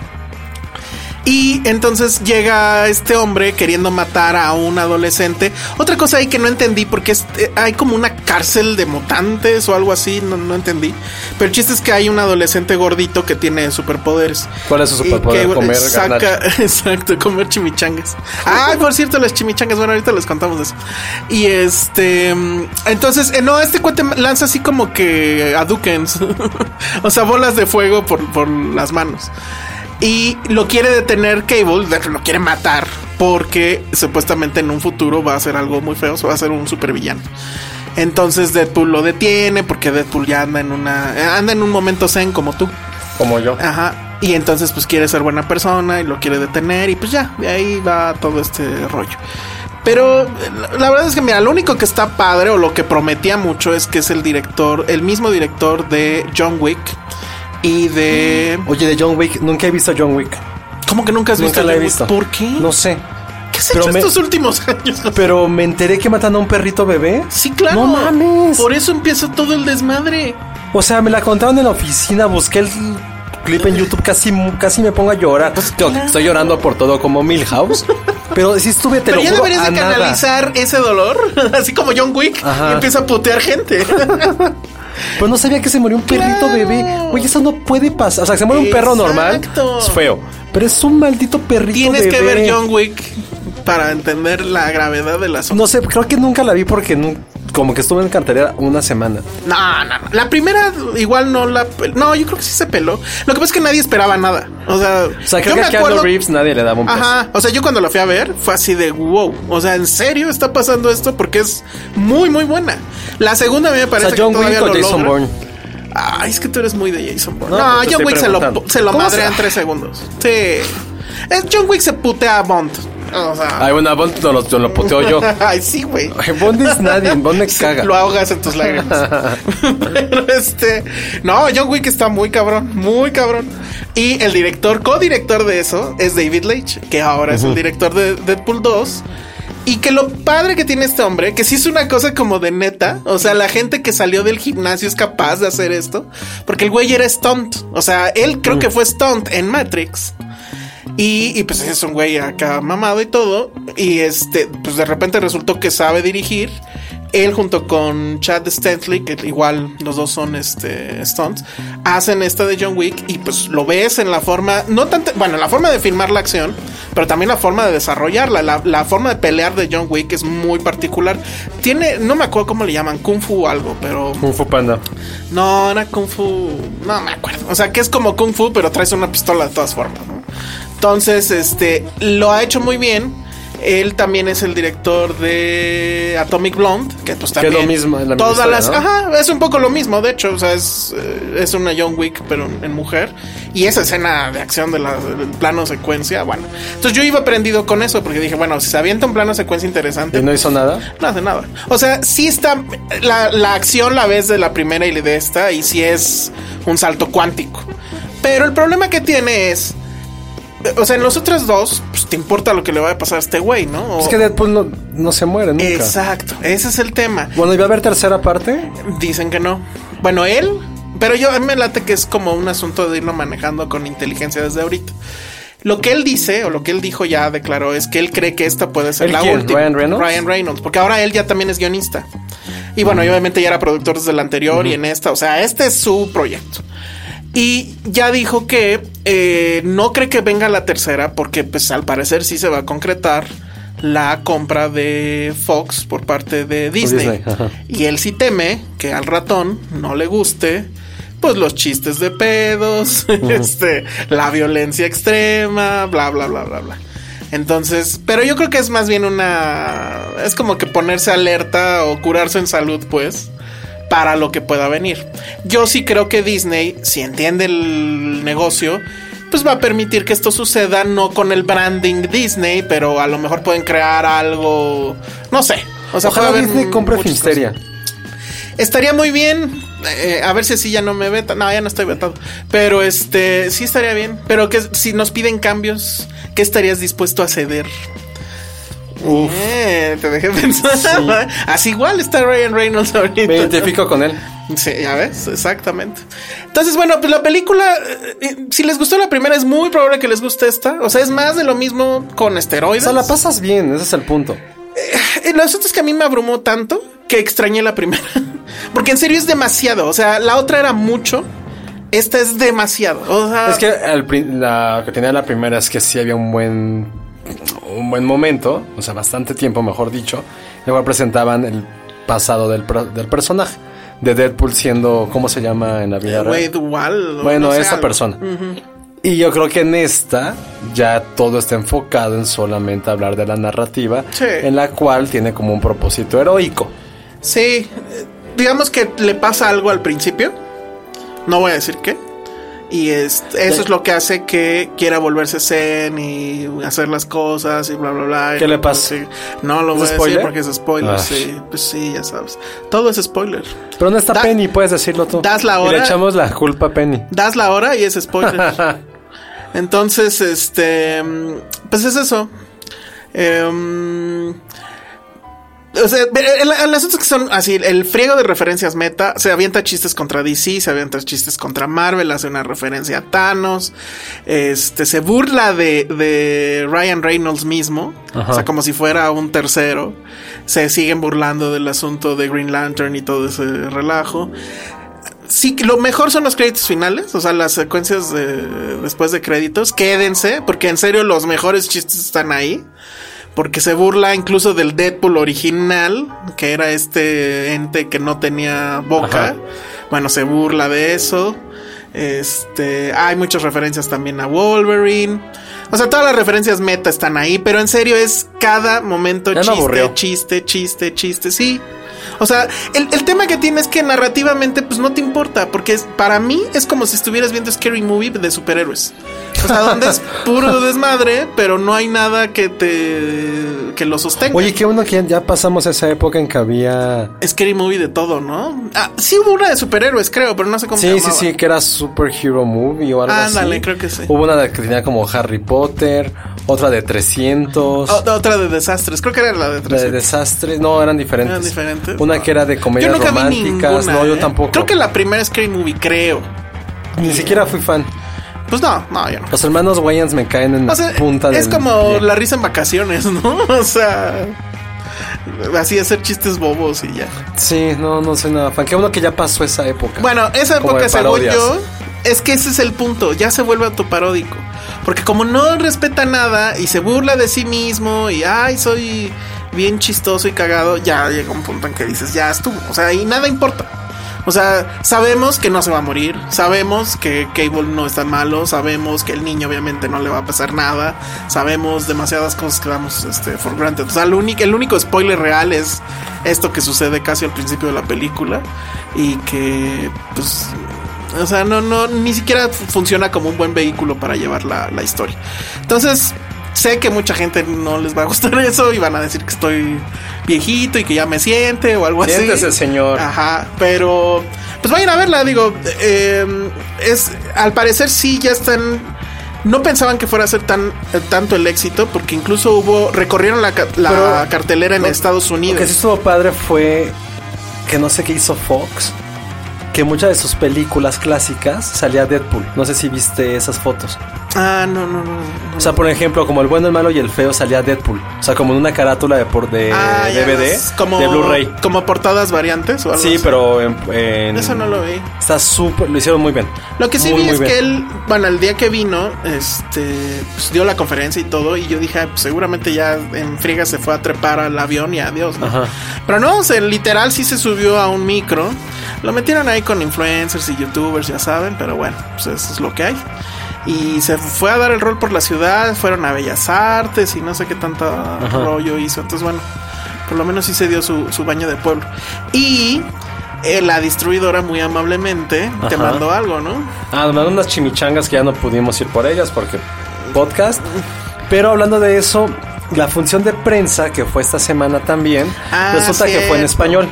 Speaker 4: Y entonces llega este hombre queriendo matar a un adolescente. Otra cosa ahí que no entendí, porque es- eh, hay como una cárcel de mutantes o algo así, no, no entendí. Pero el chiste es que hay un adolescente gordito que tiene superpoderes.
Speaker 3: ¿Cuál es su
Speaker 4: Y
Speaker 3: superpoder?
Speaker 4: que
Speaker 3: Comer
Speaker 4: saca- Exacto, comer chimichangas. Ah, por cierto, las chimichangas. Bueno, ahorita les contamos eso. Y este. mm, Entonces, eh, no, este cuate lanza así como que a Dukens. o sea, bolas de fuego por, por las manos. Y lo quiere detener Cable, de- lo quiere matar, porque supuestamente en un futuro va a hacer algo muy feo, va a ser un supervillano. Entonces Deadpool lo detiene porque Deadpool ya anda en una anda en un momento zen como tú.
Speaker 3: como yo.
Speaker 4: Ajá. Y entonces pues quiere ser buena persona y lo quiere detener y pues ya, de ahí va todo este rollo. Pero eh, la- la verdad es que mira, lo único que está padre o lo que prometía mucho es que es el director, el mismo director de John Wick y de...
Speaker 3: Oye, de John Wick, nunca he visto John Wick.
Speaker 4: ¿Cómo que nunca has
Speaker 3: Nunca
Speaker 4: visto?
Speaker 3: la he
Speaker 4: John Wick?
Speaker 3: visto.
Speaker 4: ¿Por qué?
Speaker 3: No sé.
Speaker 4: ¿Qué has
Speaker 3: pero
Speaker 4: hecho
Speaker 3: me-
Speaker 4: estos últimos años?
Speaker 3: Pero me enteré que matan a un perrito bebé.
Speaker 4: Sí, claro.
Speaker 3: No mames.
Speaker 4: Por eso empieza todo el desmadre.
Speaker 3: O sea, me la contaron en la oficina, busqué el clip en YouTube, casi, casi me pongo a llorar.
Speaker 4: Pues
Speaker 3: Digo, Estoy llorando por todo como Milhouse. Pero sí estuve, te
Speaker 4: Pero
Speaker 3: lo
Speaker 4: ya
Speaker 3: juro,
Speaker 4: deberías
Speaker 3: a
Speaker 4: de
Speaker 3: nada.
Speaker 4: canalizar ese dolor, así como John Wick,
Speaker 3: Ajá.
Speaker 4: y empieza a putear gente.
Speaker 3: Pero no sabía que se murió un perrito
Speaker 4: Claro.
Speaker 3: bebé. Güey, eso no puede pasar. O sea, que se muere un perro normal.
Speaker 4: Exacto.
Speaker 3: Es feo. Pero es un maldito perrito
Speaker 4: Tienes
Speaker 3: bebé.
Speaker 4: que ver John Wick para entender la gravedad del asunto.
Speaker 3: No sé, creo que nunca la vi porque nu- como que estuve en cartelera una semana.
Speaker 4: No, no, no. La primera igual no la... pel- No, yo creo que sí se peló. Lo que pasa es que nadie esperaba nada. O sea,
Speaker 3: O sea, creo
Speaker 4: yo
Speaker 3: que a Keanu Reeves nadie le daba un peso.
Speaker 4: Ajá, o sea, yo cuando la fui a ver fue así de wow. O sea, ¿en serio está pasando esto? Porque es muy, muy buena. La segunda a mí me
Speaker 3: O
Speaker 4: parece
Speaker 3: sea, John
Speaker 4: que todavía
Speaker 3: Wick o
Speaker 4: lo
Speaker 3: Jason
Speaker 4: logra.
Speaker 3: Bourne.
Speaker 4: Ay, es que tú eres muy de Jason
Speaker 3: No,
Speaker 4: Bourne. No,
Speaker 3: pues te
Speaker 4: John
Speaker 3: estoy
Speaker 4: Wick se lo,
Speaker 3: preguntando.
Speaker 4: se lo
Speaker 3: ¿Cómo
Speaker 4: madrea
Speaker 3: se-
Speaker 4: en tres segundos. Sí. Eh, John Wick se putea a Bond. O sea,
Speaker 3: Ay, bueno, a Bond no lo, no lo puteo yo.
Speaker 4: ay, sí, güey.
Speaker 3: Bond es nadie, Bond me
Speaker 4: Sí,
Speaker 3: caga.
Speaker 4: Lo ahogas en tus lágrimas. Pero este. No, John Wick está muy cabrón, muy cabrón. Y el director, codirector de eso, es David Leitch, que ahora es el director de Deadpool 2. Y que lo padre que tiene este hombre, que sí es una cosa como de neta, o sea, la gente que salió del gimnasio es capaz de hacer esto, porque el güey era stunt, o sea, él creo que fue stunt en Matrix. Y, y, pues es un güey acá mamado y todo. Y este, pues de repente resultó que sabe dirigir. Él junto con Chad Stanley, que igual los dos son este stunts, hacen esta de John Wick y pues lo ves en la forma, no tanto, bueno, en la forma de filmar la acción, pero también la forma de desarrollarla, la, la forma de pelear de John Wick es muy particular. Tiene, no me acuerdo cómo le llaman, kung fu o algo, pero
Speaker 3: Kung Fu Panda.
Speaker 4: no, era Kung Fu. No me acuerdo. O sea, que es como Kung Fu, pero traes una pistola de todas formas. ¿no? Entonces, este lo ha hecho muy bien. Él también es el director de Atomic Blonde, que pues
Speaker 3: es
Speaker 4: también.
Speaker 3: lo mismo, es la misma
Speaker 4: todas
Speaker 3: historia,
Speaker 4: las.
Speaker 3: ¿no?
Speaker 4: Ajá, es un poco lo mismo. De hecho, o sea, es, eh, es una John Wick, pero en mujer. Y esa escena de acción de la, del plano secuencia, bueno. Entonces yo iba aprendido con eso, porque dije, bueno, si se avienta un plano secuencia interesante,
Speaker 3: Y no hizo nada.
Speaker 4: no hace nada. O sea, sí está. La, la acción la ves de la primera y de esta, y sí es un salto cuántico. Pero el problema que tiene es. eh, O sea, en los otros dos, pues te importa lo que le va a pasar a este güey, ¿no? O-
Speaker 3: Es que Deadpool no, no se muere nunca.
Speaker 4: Exacto, ese es el tema.
Speaker 3: Bueno, ¿y va a haber tercera parte?
Speaker 4: Dicen que no. Bueno, él, pero yo a mí me late que es como un asunto de irlo manejando con inteligencia desde ahorita. Lo que él dice o lo que él dijo ya declaró es que él cree que esta puede ser
Speaker 3: ¿El
Speaker 4: la
Speaker 3: quién?
Speaker 4: última.
Speaker 3: ¿Ryan Reynolds?
Speaker 4: Ryan Reynolds, porque ahora él ya también es guionista. Y bueno, y obviamente ya era productor desde la anterior y en esta, o sea, este es su proyecto. Y ya dijo que eh, no cree que venga la tercera porque pues al parecer sí se va a concretar la compra de Fox por parte de Disney.
Speaker 3: Disney, ajá.
Speaker 4: y él sí teme que al ratón no le guste pues los chistes de pedos, este, la violencia extrema, bla, bla, bla, bla, bla. Entonces, pero yo creo que es más bien una... Es como que ponerse alerta o curarse en salud, pues para lo que pueda venir. Yo sí creo que Disney, si entiende el negocio, pues va a permitir que esto suceda, no con el branding Disney, pero a lo mejor pueden crear algo, no sé. O sea,
Speaker 3: Ojalá
Speaker 4: puede haber
Speaker 3: Disney compre
Speaker 4: muchas
Speaker 3: Filmsteria.
Speaker 4: cosas. Estaría muy bien. eh, a ver si así ya no me veta. No, ya no estoy vetado. Pero este, sí estaría bien. Pero que si nos piden cambios, ¿qué estarías dispuesto a ceder? Uf. te dejé pensar. Así igual está Ryan Reynolds ahorita.
Speaker 3: Me identifico con él.
Speaker 4: Sí, ya ves, exactamente. Entonces, bueno, pues la película, eh, eh, si les gustó la primera, es muy probable que les guste esta. O sea, es más de lo mismo con
Speaker 3: O
Speaker 4: esteroides.
Speaker 3: sea, la pasas bien, ese es el punto.
Speaker 4: Eh, Lo asunto es que a mí me abrumó tanto que extrañé la primera. Porque en serio es demasiado. O sea, la otra era mucho. Esta es demasiado. O sea,
Speaker 3: Es que al prin- la que tenía la primera es que sí había un buen un buen momento, o sea, bastante tiempo, mejor dicho. Luego presentaban el pasado del, pro- del personaje de Deadpool siendo, ¿cómo se llama en la vida real?
Speaker 4: Wade Wall. o
Speaker 3: Bueno,
Speaker 4: Eh, no sé,
Speaker 3: esa
Speaker 4: algo.
Speaker 3: persona. Y yo creo que en esta ya todo está enfocado en solamente hablar de la narrativa,
Speaker 4: Sí.
Speaker 3: en la cual tiene como un propósito heroico.
Speaker 4: Sí, eh, digamos que le pasa algo al principio. No voy a decir qué. Y es- eso es lo que hace que quiera volverse zen y hacer las cosas y bla, bla, bla.
Speaker 3: ¿Qué le pasa?
Speaker 4: Sí. No lo
Speaker 3: ¿Es
Speaker 4: voy
Speaker 3: spoiler?
Speaker 4: a decir porque es spoiler.
Speaker 3: Ah.
Speaker 4: Sí, pues sí, ya sabes. Todo es spoiler.
Speaker 3: Pero no está
Speaker 4: Da-
Speaker 3: Penny, puedes decirlo tú.
Speaker 4: das la
Speaker 3: Y le
Speaker 4: hora.
Speaker 3: echamos la culpa a Penny.
Speaker 4: Das la hora y es spoiler. Entonces, este. mm, Pues es eso. Em, o sea, pero el, el asunto es que son así: el friego de referencias meta. Se avienta chistes contra DC, se avienta chistes contra Marvel, hace una referencia a Thanos. Este se burla de, de Ryan Reynolds mismo. O sea, como si fuera un tercero. Se siguen burlando del asunto de Green Lantern y todo ese relajo sí, que lo mejor son los créditos finales, o sea, las secuencias de- después de créditos. Quédense, porque en serio los mejores chistes están ahí. Porque se burla incluso del Deadpool original, que era este ente que no tenía boca.
Speaker 3: Ajá.
Speaker 4: Bueno, se burla de eso. Este, hay muchas referencias también a Wolverine. O sea, todas las referencias meta están ahí, pero en serio es cada momento
Speaker 3: Ya me
Speaker 4: chiste,
Speaker 3: aburrió.
Speaker 4: chiste, chiste, chiste, sí. O sea, el, el tema que tiene es que narrativamente pues no te importa, porque es- para mí es como si estuvieras viendo Scary Movie de superhéroes. O sea, donde es puro desmadre, pero no hay nada que te que lo sostenga.
Speaker 3: Oye, qué bueno que ya, ya pasamos esa época en que había...
Speaker 4: Scary Movie de todo, ¿no? Ah, sí hubo una de superhéroes, creo, pero no sé cómo se
Speaker 3: Sí, sí,
Speaker 4: llamaba. Ah,
Speaker 3: sí, que era Superhero Movie o algo así.
Speaker 4: Ándale, creo que sí.
Speaker 3: Hubo una de- que tenía como Harry Potter, otra de 300,
Speaker 4: O- Ah, otra de desastres, creo que era la
Speaker 3: la
Speaker 4: de
Speaker 3: de
Speaker 4: 300.
Speaker 3: desastres. No, eran diferentes.
Speaker 4: Eran diferentes.
Speaker 3: Una que era de comedias
Speaker 4: yo nunca vi
Speaker 3: románticas.
Speaker 4: ninguna,
Speaker 3: no, yo
Speaker 4: ¿eh?
Speaker 3: tampoco.
Speaker 4: Creo que la primera Scary Movie, creo.
Speaker 3: Ni siquiera fui fan.
Speaker 4: Pues no, no, yo no.
Speaker 3: Los hermanos Wayans me caen en
Speaker 4: O sea,
Speaker 3: la punta
Speaker 4: es
Speaker 3: del
Speaker 4: como
Speaker 3: pie.
Speaker 4: la risa en vacaciones, ¿no? O sea, así hacer chistes bobos y ya.
Speaker 3: Sí, no, no soy nada fan. Qué bueno que ya pasó esa época.
Speaker 4: Bueno, esa
Speaker 3: Como de
Speaker 4: época, según
Speaker 3: parodias.
Speaker 4: yo, es que ese es el punto, ya se vuelve autoparódico. Porque como no respeta nada y se burla de sí mismo y, ay, soy bien chistoso y cagado, ya llega un punto en que dices, ya estuvo. O sea, y nada importa. O sea, sabemos que no se va a morir, sabemos que Cable no está malo, sabemos que el niño obviamente no le va a pasar nada, sabemos demasiadas cosas que damos este, for granted. O sea, el único, el único spoiler real es esto que sucede casi al principio de la película y que, pues, o sea, no, no, ni siquiera fu- funciona como un buen vehículo para llevar la, la historia. Entonces, sé que mucha gente no les va a gustar eso y van a decir que estoy viejito y que ya me siente o algo
Speaker 3: Siéntese,
Speaker 4: así.
Speaker 3: señor.
Speaker 4: Ajá, pero pues vayan a verla, digo, eh, es al parecer sí ya están no pensaban que fuera a ser tan eh, tanto el éxito porque incluso hubo recorrieron la, ca- la
Speaker 3: Pero-
Speaker 4: cartelera en
Speaker 3: Lo-
Speaker 4: Estados
Speaker 3: Lo que sí
Speaker 4: Unidos.
Speaker 3: estuvo padre fue que no sé qué hizo Fox, que muchas de sus películas clásicas salía Deadpool. No sé si viste esas fotos.
Speaker 4: Ah, no, no, no. no.
Speaker 3: O sea, por ejemplo, como El bueno, el malo y el feo salía Deadpool. O sea, como en una carátula de, por, de
Speaker 4: Ah, ya
Speaker 3: DVD,
Speaker 4: las- como
Speaker 3: de Blu-ray.
Speaker 4: como portadas variantes o algo
Speaker 3: Sí,
Speaker 4: así.
Speaker 3: pero en, en-
Speaker 4: eso no lo vi.
Speaker 3: Está súper, lo hicieron muy bien.
Speaker 4: Lo que sí
Speaker 3: Muy,
Speaker 4: vi
Speaker 3: muy
Speaker 4: es
Speaker 3: bien.
Speaker 4: que él, bueno, el día que vino, este, pues, dio la conferencia y todo, y yo dije, "Ah, pues, seguramente ya en friega se fue a trepar al avión y adiós, ¿no?
Speaker 3: Ajá.
Speaker 4: Pero no, o sea, literal sí se subió a un micro, lo metieron ahí con influencers y youtubers, ya saben, pero bueno, pues eso es lo que hay. Y se fue a dar el rol por la ciudad, fueron a Bellas Artes y no sé qué tanto rollo hizo, entonces bueno, por lo menos sí se dio su, su baño de pueblo. Y... eh, la distribuidora muy amablemente te
Speaker 3: Ajá.
Speaker 4: mandó algo, ¿no?
Speaker 3: Ah, nos mandaron unas chimichangas que ya no pudimos ir por ellas porque podcast. Pero hablando de eso, la función de prensa que fue esta semana también,
Speaker 4: Ah,
Speaker 3: resulta que fue en
Speaker 4: cierto.
Speaker 3: español.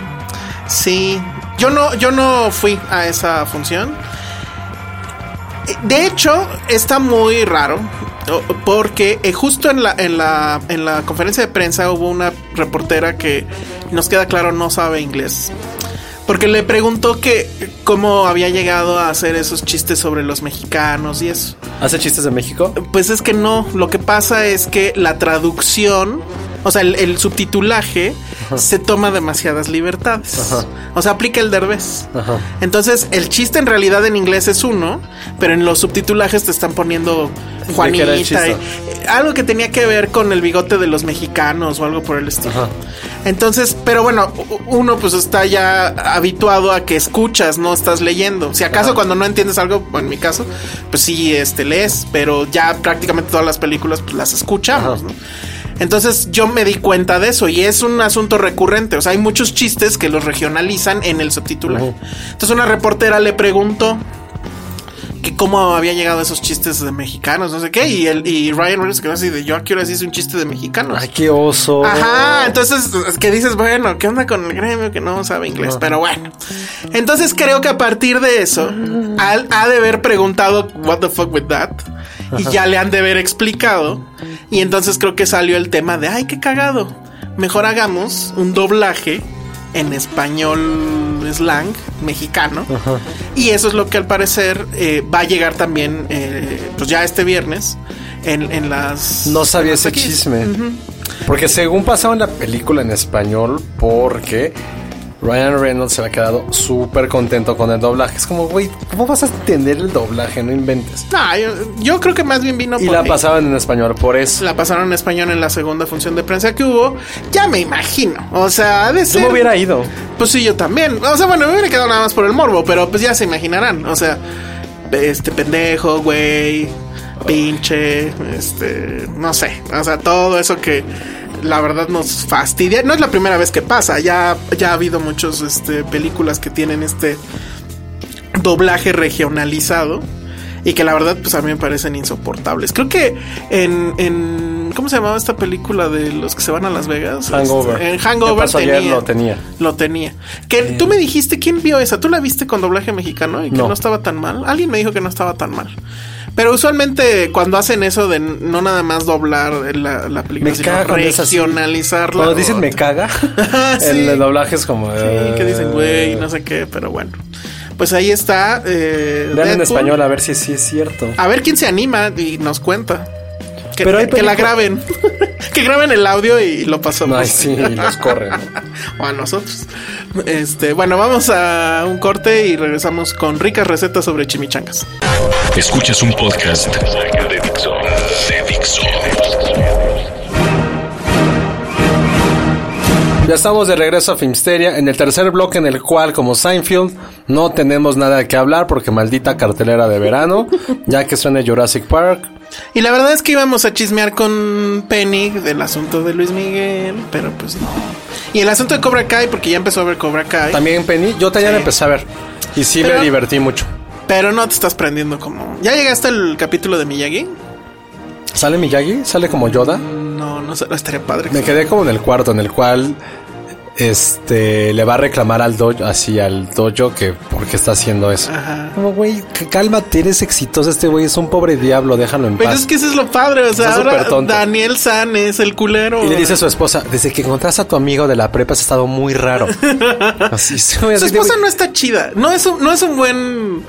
Speaker 4: Sí, yo no, yo no fui a esa función. Eh, De hecho, está muy raro. o- Porque eh, justo en la, en, la, en la conferencia de prensa hubo una reportera que nos queda claro no sabe inglés. Porque le preguntó que cómo había llegado a hacer esos chistes sobre los mexicanos y eso.
Speaker 3: ¿Hace chistes de México?
Speaker 4: Pues es que no, lo que pasa es que la traducción, o sea, el, el subtitulaje se toma demasiadas libertades. O sea, aplica el derbez.
Speaker 3: Ajá.
Speaker 4: Entonces, el chiste en realidad en inglés es uno, pero en los subtitulajes te están poniendo
Speaker 3: qué era
Speaker 4: Juanita.
Speaker 3: el
Speaker 4: y-
Speaker 3: chiste?
Speaker 4: eh, algo que tenía que ver con el bigote de los mexicanos o algo por el estilo. Entonces, pero bueno, u- uno pues está ya habituado a que escuchas, no estás leyendo. Si acaso cuando no entiendes algo, bueno, en mi caso, pues sí, este, lees, pero ya prácticamente todas las películas pues las escuchamos, ¿no? Entonces yo me di cuenta de eso y es un asunto recurrente. O sea, hay muchos chistes que los regionalizan en el subtitulaje. Entonces una reportera le preguntó que cómo había llegado esos chistes de mexicanos, no sé qué, y, el, y Ryan Reynolds quedó así de yo aquí ahora sí hice un chiste de mexicanos.
Speaker 3: Ay, qué oso.
Speaker 4: Ajá, entonces es que dices, bueno, ¿qué onda con el gremio que no sabe inglés? Pero bueno. Entonces creo que a partir de eso, al, ha de haber preguntado, ¿What the fuck with that? Y ya le han de haber explicado. Y entonces creo que salió el tema de, ay, qué cagado. Mejor hagamos un doblaje en español slang mexicano. Y eso es lo que al parecer eh, va a llegar también, eh, pues ya este viernes. En, en las.
Speaker 3: No sabía
Speaker 4: en las
Speaker 3: ese
Speaker 4: taquillas.
Speaker 3: chisme. Porque según pasaba en la película en español, porque Ryan Reynolds se había quedado súper contento con el doblaje. Es como, güey, ¿cómo vas a entender el doblaje? No inventes.
Speaker 4: No, yo, yo creo que más bien vino
Speaker 3: Y
Speaker 4: por
Speaker 3: la
Speaker 4: ahí.
Speaker 3: pasaban en español por eso.
Speaker 4: La pasaron en español en la segunda función de prensa que hubo. Ya me imagino. O sea, ha de
Speaker 3: Yo
Speaker 4: ser.
Speaker 3: me hubiera ido.
Speaker 4: Pues sí, yo también. O sea, bueno, me hubiera quedado nada más por el morbo, pero pues ya se imaginarán. O sea, este pendejo, güey, pinche, este, no sé. O sea, todo eso que la verdad nos fastidia. No es la primera vez que pasa. Ya, ya ha habido muchas este, películas que tienen este doblaje regionalizado y que la verdad pues a mí me parecen insoportables. Creo que en, en ¿cómo se llamaba esta película de los que se van a Las Vegas?
Speaker 3: Hangover.
Speaker 4: Este, en
Speaker 3: ¿Qué
Speaker 4: Hangover
Speaker 3: pasó ayer? Lo tenía.
Speaker 4: Lo tenía. Que tú me dijiste quién vio esa, tú la viste con doblaje mexicano y que no.
Speaker 3: Eh. No.
Speaker 4: estaba tan mal. Alguien me dijo que no estaba tan mal. Pero usualmente cuando hacen eso de no nada más doblar la, la película,
Speaker 3: Me
Speaker 4: sino
Speaker 3: caga cuando es así.
Speaker 4: regionalizarla.
Speaker 3: Cuando dicen
Speaker 4: o-
Speaker 3: me caga,
Speaker 4: Sí.
Speaker 3: el, el doblaje es como.
Speaker 4: Sí, que dicen, güey,
Speaker 3: eh,
Speaker 4: no sé qué, pero bueno. Pues ahí está.
Speaker 3: Vean
Speaker 4: Eh,
Speaker 3: en
Speaker 4: Deadpool. Ah,
Speaker 3: español a ver si sí es cierto.
Speaker 4: A ver quién se anima y nos cuenta. Que,
Speaker 3: Pero hay
Speaker 4: que la
Speaker 3: películas-
Speaker 4: graben. que graben el audio y lo pasamos.
Speaker 3: Ay, sí, y los corren.
Speaker 4: O a nosotros. Este, bueno, vamos a un corte y regresamos con ricas recetas sobre chimichangas.
Speaker 2: Escuchas un podcast de Dixo. De Dixo.
Speaker 3: Ya estamos de regreso a Filmsteria en el tercer bloque en el cual, como Seinfeld, no tenemos nada que hablar porque maldita cartelera de verano, ya que suena Jurassic Park.
Speaker 4: Y la verdad es que íbamos a chismear con Penny del asunto de Luis Miguel, pero pues no. Y el asunto de Cobra Kai, porque ya empezó a ver Cobra Kai.
Speaker 3: También Penny, yo también la empecé a ver y sí
Speaker 4: Pero-
Speaker 3: me divertí mucho.
Speaker 4: Pero no te estás prendiendo como. ¿Ya llegaste al capítulo de Miyagi?
Speaker 3: ¿Sale Miyagi? ¿Sale como Yoda?
Speaker 4: No, no sé, estaría padre.
Speaker 3: Me quedé como en el cuarto en el cual este le va a reclamar al dojo, así al dojo que por qué está haciendo eso.
Speaker 4: Ajá.
Speaker 3: Ah. Como güey, c- cálmate, eres exitoso este güey, es un pobre diablo, déjalo en
Speaker 4: Pero
Speaker 3: paz.
Speaker 4: Pues es que eso es lo padre, o sea,
Speaker 3: Está
Speaker 4: ahora
Speaker 3: súper tonto.
Speaker 4: Daniel San es el culero.
Speaker 3: Y le dice a su esposa, desde que encontraste a tu amigo de la prepa has estado muy raro. Así es. Su
Speaker 4: su esposa no está chida. No es un, no es un buen.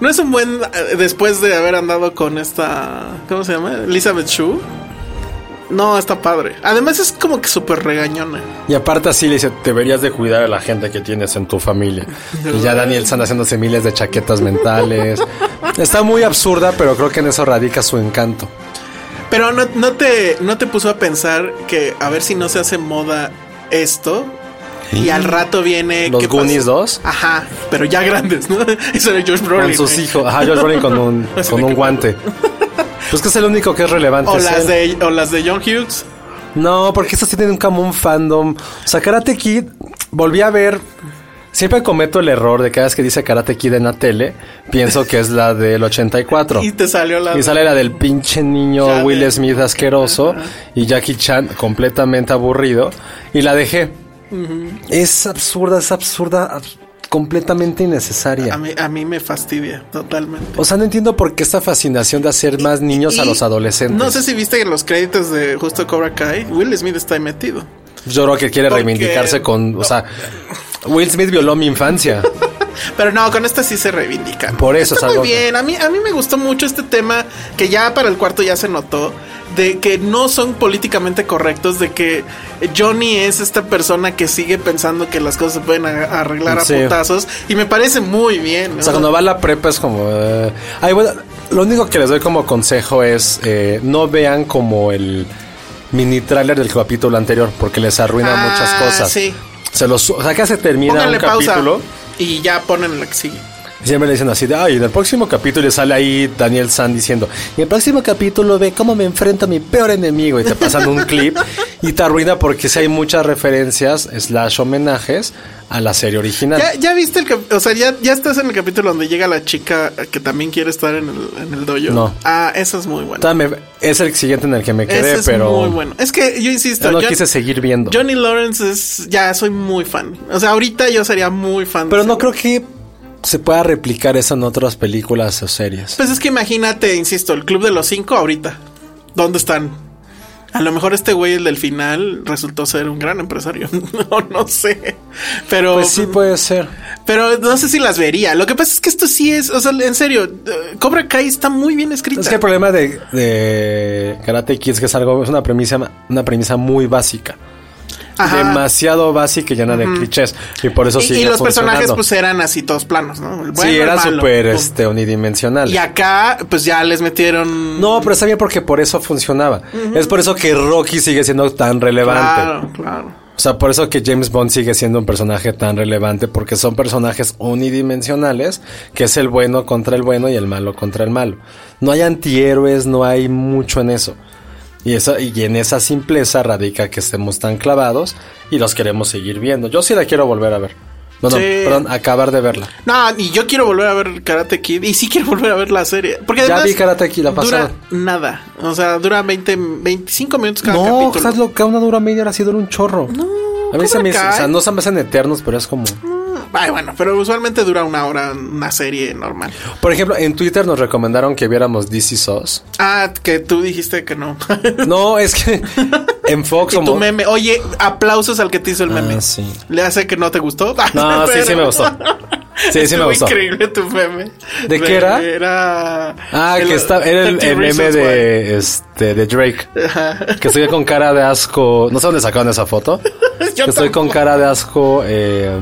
Speaker 4: No es un buen. eh, Después de haber andado con esta. ¿Cómo se llama? Elizabeth Shue. No, está padre. Además es como que súper regañona.
Speaker 3: Y aparte así le dice, deberías de cuidar a la gente que tienes en tu familia. Y ya Daniel están haciéndose miles de chaquetas mentales. Está muy absurda, pero creo que en eso radica su encanto.
Speaker 4: Pero no, no, te, no te puso a pensar que a ver si no se hace moda esto. Y al rato viene.
Speaker 3: Los
Speaker 4: ¿qué Ah, pasó?
Speaker 3: Goonies 2.
Speaker 4: Ajá, pero ya grandes, ¿no? Eso era George Brolin.
Speaker 3: Con sus
Speaker 4: ¿eh?
Speaker 3: hijos. Ajá, George Brolin con un,
Speaker 4: Así
Speaker 3: con
Speaker 4: de
Speaker 3: un
Speaker 4: que-
Speaker 3: guante. Pues que es el único que es relevante.
Speaker 4: O
Speaker 3: es
Speaker 4: las,
Speaker 3: él.
Speaker 4: de, o las de John Hughes.
Speaker 3: No, porque estos tienen como un fandom. O sea, Karate Kid, volví a ver. Siempre cometo el error de cada vez que dice Karate Kid en la tele, pienso que es la del 84.
Speaker 4: Y eh. te salió la.
Speaker 3: Y sale la del pinche niño
Speaker 4: Ya de-
Speaker 3: Will Smith asqueroso y Jackie Chan completamente aburrido. Y la dejé. Es absurda, es absurda, abs- completamente
Speaker 4: A
Speaker 3: innecesaria.
Speaker 4: mí, a mí me fastidia totalmente.
Speaker 3: O sea, no entiendo por qué esta fascinación de hacer más niños a
Speaker 4: Y
Speaker 3: los adolescentes.
Speaker 4: No sé si viste que en los créditos de justo Cobra Kai, Will Smith está ahí metido.
Speaker 3: Pues Yo creo que quiere
Speaker 4: Porque-
Speaker 3: reivindicarse con. O sea, Will Smith violó mi infancia.
Speaker 4: Pero no, con esta sí se reivindica.
Speaker 3: Por eso
Speaker 4: está
Speaker 3: es algo
Speaker 4: muy
Speaker 3: que-
Speaker 4: bien. A mí, a mí me gustó mucho este tema que ya para el cuarto ya se notó de que no son políticamente correctos, de que Johnny es esta persona que sigue pensando que las cosas se pueden a- arreglar a
Speaker 3: Sí.
Speaker 4: putazos y me parece muy bien.
Speaker 3: O sea, cuando va a la prepa es como. eh, ay, bueno, lo único que les doy como consejo es eh, no vean como el mini tráiler del capítulo anterior porque les arruina
Speaker 4: Ah,
Speaker 3: muchas cosas.
Speaker 4: sí.
Speaker 3: Se los, o sea, acá se termina
Speaker 4: Pónganle
Speaker 3: un
Speaker 4: pausa.
Speaker 3: capítulo.
Speaker 4: Y ya ponen la que sigue.
Speaker 3: Siempre le dicen así, de, ay, en el próximo capítulo sale ahí Daniel San diciendo, en el próximo capítulo ve cómo me enfrento a mi peor enemigo y te pasan un clip y te arruina porque si hay muchas referencias slash homenajes a la serie original.
Speaker 4: Ya, ya viste el cap- o sea, ya, ya estás en el capítulo donde llega la chica que también quiere estar en el, en el dojo.
Speaker 3: No.
Speaker 4: Ah, eso es muy bueno.
Speaker 3: Todavía me- es el siguiente en el que me quedé,
Speaker 4: Ese es
Speaker 3: pero
Speaker 4: muy bueno. Es que yo insisto,
Speaker 3: yo no
Speaker 4: John-
Speaker 3: quise seguir viendo.
Speaker 4: Johnny Lawrence es ya soy muy fan. O sea, ahorita yo sería muy fan. de
Speaker 3: pero
Speaker 4: ese
Speaker 3: no
Speaker 4: güey.
Speaker 3: creo que se pueda replicar eso en otras películas o series.
Speaker 4: Pues es que imagínate, insisto, el club de los cinco ahorita. ¿Dónde están? A lo mejor este güey, el del final, resultó ser un gran empresario. no, no sé. Pero.
Speaker 3: Pues sí puede ser.
Speaker 4: Pero no sé si las vería. Lo que pasa es que esto sí es. O sea, en serio, eh, Cobra Kai está muy bien escrita.
Speaker 3: Es que el problema de, de Karate Kids que es algo, es una premisa, una premisa muy básica.
Speaker 4: Ajá.
Speaker 3: demasiado básica y llena de clichés. Y por eso
Speaker 4: Y,
Speaker 3: sigue
Speaker 4: y los personajes,
Speaker 3: funcionando.
Speaker 4: pues eran así, todos planos, ¿no? El bueno,
Speaker 3: sí,
Speaker 4: el
Speaker 3: era
Speaker 4: malo,
Speaker 3: súper
Speaker 4: pum.
Speaker 3: este, unidimensional.
Speaker 4: Y acá, pues ya les metieron.
Speaker 3: No, pero está bien porque por eso funcionaba. Es por eso que Rocky sigue siendo tan relevante.
Speaker 4: Claro, claro.
Speaker 3: O sea, por eso que James Bond sigue siendo un personaje tan relevante, porque son personajes unidimensionales, que es el bueno contra el bueno y el malo contra el malo. No hay antihéroes, no hay mucho en eso. Y, esa, y en esa simpleza radica que estemos tan clavados y los queremos seguir viendo. Yo sí la quiero volver a ver. No, no,
Speaker 4: Sí.
Speaker 3: perdón, acabar de verla.
Speaker 4: No, y yo quiero volver a ver Karate Kid y sí quiero volver a ver la serie. Porque
Speaker 3: Ya
Speaker 4: además
Speaker 3: vi Karate Kid, la
Speaker 4: dura
Speaker 3: pasaron.
Speaker 4: nada. O sea, dura 20, 25 minutos cada
Speaker 3: No,
Speaker 4: capítulo.
Speaker 3: estás loca, una dura media hora sí dura un chorro. a mí se
Speaker 4: Cobra
Speaker 3: me, o
Speaker 4: Kai.
Speaker 3: sea, no se me hacen eternos, pero es como...
Speaker 4: Ay, bueno, pero usualmente dura una hora una serie normal.
Speaker 3: Por ejemplo, en Twitter nos recomendaron que viéramos DC Sauce.
Speaker 4: Ah, que tú dijiste que no.
Speaker 3: No, es que en Fox
Speaker 4: y
Speaker 3: como...
Speaker 4: tu meme. Oye, aplausos al que te hizo el
Speaker 3: Ah,
Speaker 4: meme.
Speaker 3: sí.
Speaker 4: ¿Le hace que no te gustó?
Speaker 3: No, sí, sí me gustó. Sí, sí me
Speaker 4: Estuvo
Speaker 3: gustó.
Speaker 4: increíble tu meme.
Speaker 3: ¿De qué era?
Speaker 4: Era...
Speaker 3: Ah,
Speaker 4: el-
Speaker 3: que está, era el,
Speaker 4: 30
Speaker 3: el meme
Speaker 4: Reasons Why.
Speaker 3: de, este, de Drake. Que estoy con cara de asco. No sé dónde sacaron esa foto.
Speaker 4: Yo
Speaker 3: que estoy con
Speaker 4: tampoco.
Speaker 3: cara de asco eh,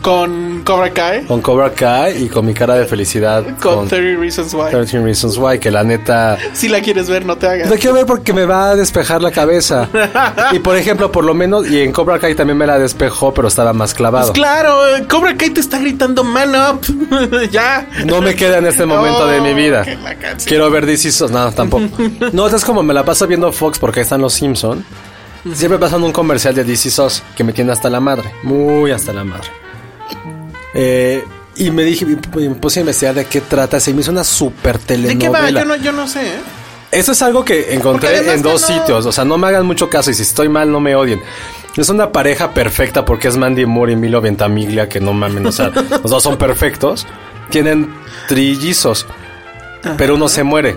Speaker 4: Con Cobra Kai.
Speaker 3: con Cobra Kai y con mi cara de felicidad
Speaker 4: Con
Speaker 3: con,
Speaker 4: 30 Reasons Why.
Speaker 3: 13 Reasons Why. Que la neta.
Speaker 4: Si la quieres ver, no te hagas.
Speaker 3: La quiero ver porque me va a despejar la cabeza. Y por ejemplo, por lo menos, y en Cobra Kai también me la despejó, pero estaba más
Speaker 4: Pues
Speaker 3: clavado.
Speaker 4: claro, eh, Cobra Kai te está gritando man up. ya.
Speaker 3: No me queda en este momento
Speaker 4: No,
Speaker 3: de mi vida.
Speaker 4: que la canción.
Speaker 3: Quiero ver DC Sos- No, tampoco. No, es como me la paso viendo Fox porque ahí están los Simpson. Siempre pasan un comercial de DC SOS que me tiene hasta la madre. Muy hasta la madre. Eh, y me dije, y me puse a investigar de qué trata. Se me hizo una super
Speaker 4: ¿De qué va?
Speaker 3: telenovela.
Speaker 4: Yo no, yo no sé. ¿eh?
Speaker 3: Eso es algo que
Speaker 4: Porque
Speaker 3: encontré
Speaker 4: además
Speaker 3: en dos
Speaker 4: que no-
Speaker 3: sitios. O sea, no me hagan mucho caso y si estoy mal, no me odien. Es una pareja perfecta porque es Mandy Moore y Milo Ventimiglia, que no mamen, o sea, los dos son perfectos. Tienen trillizos, pero uno se muere.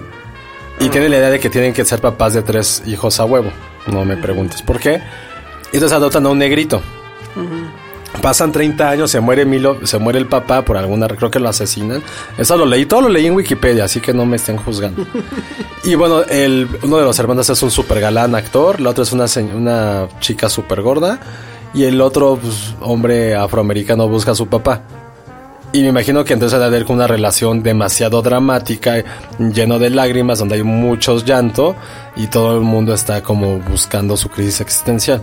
Speaker 3: Y tiene la idea de que tienen que ser papás de tres hijos a huevo. No me preguntes por qué. Y entonces adoptan a un negrito. Pasan 30 años, se muere Milo, se muere el papá por alguna, creo que lo asesinan. Eso lo leí, todo lo leí en Wikipedia, así que no me estén juzgando. Y bueno, el, uno de los hermanos es un super galán actor, la otra es una, se- una chica super gorda y el otro pues, hombre afroamericano busca a su papá. Y me imagino que entonces ha de haber una relación demasiado dramática, lleno de lágrimas, donde hay muchos llanto y todo el mundo está como buscando su crisis existencial.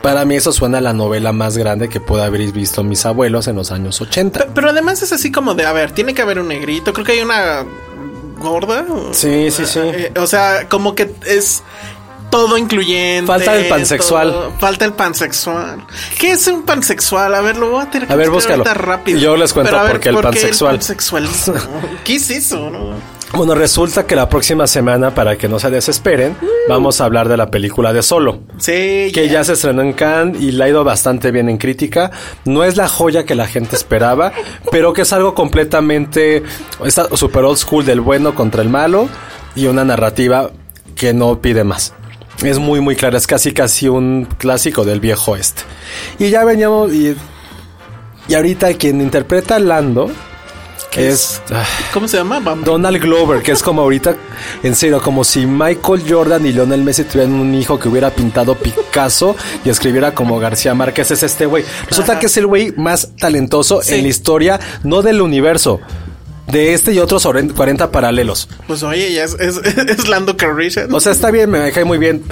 Speaker 3: Para mí eso suena a la novela más grande que pueda haber visto mis abuelos en los años 80.
Speaker 4: Pe- Pero además es así como de, a ver, tiene que haber un negrito. Creo que hay una gorda. o-
Speaker 3: Sí, sí, sí.
Speaker 4: eh, o sea, como que es todo incluyente.
Speaker 3: Falta el pansexual.
Speaker 4: todo- falta el pansexual. ¿Qué es un pansexual? A ver, lo voy a tener que
Speaker 3: A ver,
Speaker 4: buscar
Speaker 3: búscalo.
Speaker 4: ahorita rápido.
Speaker 3: Yo les cuento
Speaker 4: Pero a
Speaker 3: por
Speaker 4: ver,
Speaker 3: qué el pansexual.
Speaker 4: pansexualismo? ¿Qué es eso? no?
Speaker 3: Bueno, resulta que la próxima semana, para que no se desesperen, vamos a hablar de la película de Solo.
Speaker 4: Sí,
Speaker 3: Que ya se estrenó en Cannes y la ha ido bastante bien en crítica. No es la joya que la gente esperaba, pero que es algo completamente está super old school del bueno contra el malo y una narrativa que no pide más. Es muy muy clara, es casi casi un clásico del viejo este. Y ya veníamos y, y ahorita quien interpreta a Lando
Speaker 4: ¿Qué
Speaker 3: es ah,
Speaker 4: ¿Cómo se llama? Vamos.
Speaker 3: Donald Glover, que es como ahorita, en serio, como si Michael Jordan y Lionel Messi tuvieran un hijo que hubiera pintado Picasso y escribiera como García Márquez, es este güey. Resulta que es el güey más talentoso
Speaker 4: Sí.
Speaker 3: en la historia, no del universo. de este y otros 40 paralelos.
Speaker 4: Pues oye, ya es, es, es Lando Calrissian.
Speaker 3: O sea, está bien, me cae muy bien.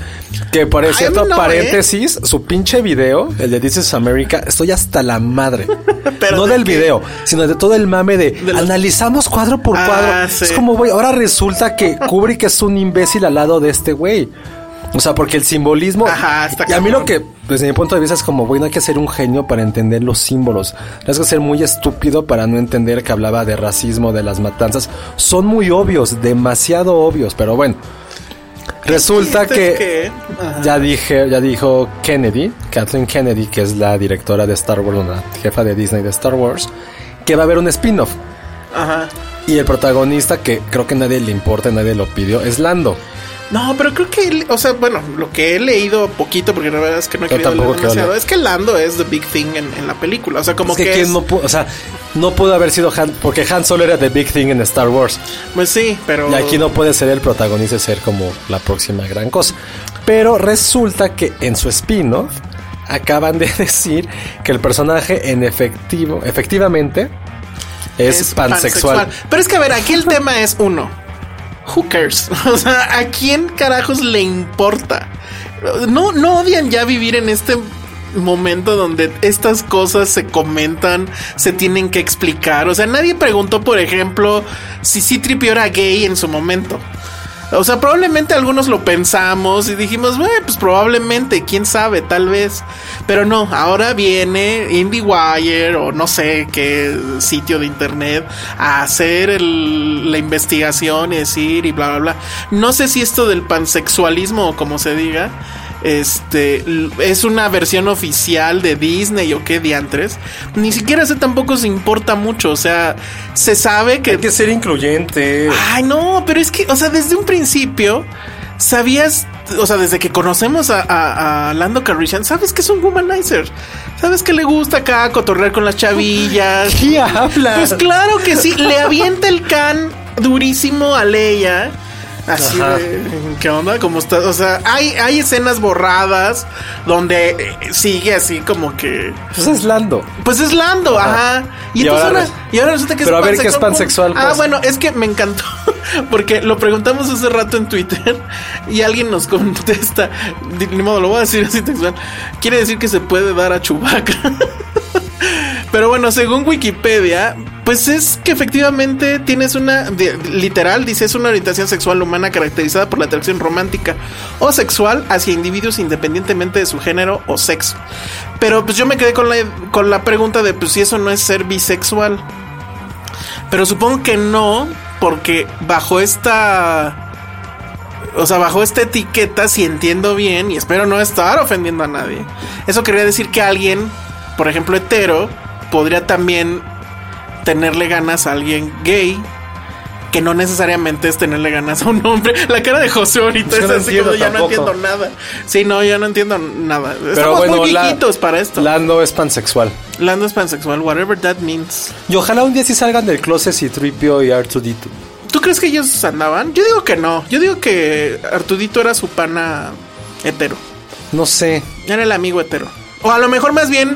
Speaker 3: Que por
Speaker 4: Ay,
Speaker 3: cierto,
Speaker 4: no, ¿eh?
Speaker 3: paréntesis, su pinche video, el de This is America, estoy hasta la madre.
Speaker 4: Pero
Speaker 3: no
Speaker 4: ¿de
Speaker 3: del
Speaker 4: qué?
Speaker 3: video, sino de todo el mame de,
Speaker 4: los-
Speaker 3: analizamos cuadro por
Speaker 4: Ah,
Speaker 3: cuadro.
Speaker 4: sí.
Speaker 3: Es como, güey, ahora resulta que Kubrick es un imbécil al lado de este güey. O sea, porque el simbolismo.
Speaker 4: Ajá, está
Speaker 3: y a mí
Speaker 4: cabrón.
Speaker 3: lo que, desde mi punto de vista, es como, güey, no hay que ser un genio para entender los símbolos. Tienes que ser muy estúpido para no entender que hablaba de racismo, de las matanzas. Son muy obvios, demasiado obvios, pero bueno. Resulta
Speaker 4: chiste
Speaker 3: que,
Speaker 4: es que-
Speaker 3: ya dije, ya dijo Kennedy, Kathleen Kennedy, que es la directora de Star Wars, la jefa de Disney de Star Wars, que va a haber un spin-off.
Speaker 4: Ajá.
Speaker 3: Y el protagonista, que creo que nadie le importa, nadie lo pidió, es Lando.
Speaker 4: No, pero creo que, él- o sea, bueno, lo que he leído poquito, porque la verdad es que no he
Speaker 3: Yo
Speaker 4: querido leer
Speaker 3: tampoco quiero
Speaker 4: demasiado,
Speaker 3: leer.
Speaker 4: es que Lando es the big thing en, en la película. O sea, como
Speaker 3: Es que,
Speaker 4: que.
Speaker 3: quién
Speaker 4: es-
Speaker 3: no pudo, o sea, no pudo haber sido Han, porque Han Solo era the big thing en Star Wars.
Speaker 4: Pues sí, pero.
Speaker 3: Y aquí no puede ser el protagonista y ser como la próxima gran cosa. Pero resulta que en su spin-off acaban de decir que el personaje en efectivo, efectivamente, es, pansexual.
Speaker 4: Pero es que, a ver, aquí el tema es uno. Who cares? O sea, ¿a quién carajos le importa? No, no odian ya vivir en este momento donde estas cosas se comentan, se tienen que explicar. O sea, nadie preguntó, por ejemplo, si Citripio era gay en su momento. O sea, probablemente algunos lo pensamos y dijimos, bueno, pues probablemente, quién sabe, tal vez. Pero no, ahora viene IndieWire o no sé qué sitio de internet a hacer el- la investigación y decir y bla, bla, bla. No sé si esto del pansexualismo o como se diga, este, l- es una versión oficial de Disney o qué diantres. Ni siquiera se tampoco se importa mucho, o sea, se sabe que...
Speaker 3: ser incluyente.
Speaker 4: Ay, no, pero es que, o sea, desde un principio sabías, o sea, desde que conocemos a, a- a Lando Calrissian, sabes que es un womanizer. Sabes que le gusta acá cotorrear con las chavillas.
Speaker 3: ¿Qué hablas?
Speaker 4: Pues claro que sí, le avienta el can durísimo a Leia. Así
Speaker 3: Ajá.
Speaker 4: de, ¿qué onda? ¿Cómo estás? O sea, hay, hay escenas borradas donde eh, sigue así como que.
Speaker 3: Pues es Lando.
Speaker 4: Pues es Lando, ajá. Y,
Speaker 3: Y
Speaker 4: entonces
Speaker 3: ahora
Speaker 4: ahora,
Speaker 3: res-
Speaker 4: y ahora resulta que
Speaker 3: Pero
Speaker 4: es
Speaker 3: a ver, ¿qué es pansexual,
Speaker 4: Ah,
Speaker 3: pues?
Speaker 4: bueno, es que me encantó. Porque lo preguntamos hace rato en Twitter y alguien nos contesta. di- Ni modo, lo voy a decir así textual. Quiere decir que se puede dar a Chubaca. Pero bueno, según Wikipedia, pues es que efectivamente tienes una, de- literal, dice, es una orientación sexual humana caracterizada por la atracción romántica o sexual hacia individuos independientemente de su género o sexo. Pero pues yo me quedé con la, con la pregunta de, pues si eso no es ser bisexual. Pero supongo que no, porque bajo esta... O sea, bajo esta etiqueta, si entiendo bien, y espero no estar ofendiendo a nadie, eso quería decir que alguien, por ejemplo, hetero, podría también tenerle ganas a alguien gay, que no necesariamente es tenerle ganas a un hombre. La cara de José ahorita
Speaker 3: Yo no
Speaker 4: es así como
Speaker 3: entiendo
Speaker 4: ya no
Speaker 3: tampoco.
Speaker 4: entiendo nada. Sí, no, yo no entiendo nada. Estamos muy
Speaker 3: la-
Speaker 4: viejitos para esto.
Speaker 3: Lando es pansexual.
Speaker 4: Lando es pansexual, whatever that means.
Speaker 3: Y ojalá un día sí salgan del closet y Tripio y R2D2.
Speaker 4: ¿Tú crees que ellos andaban? Yo digo que no. Yo digo que Artudito era su pana hetero.
Speaker 3: No sé.
Speaker 4: Era el amigo hetero. O a lo mejor más bien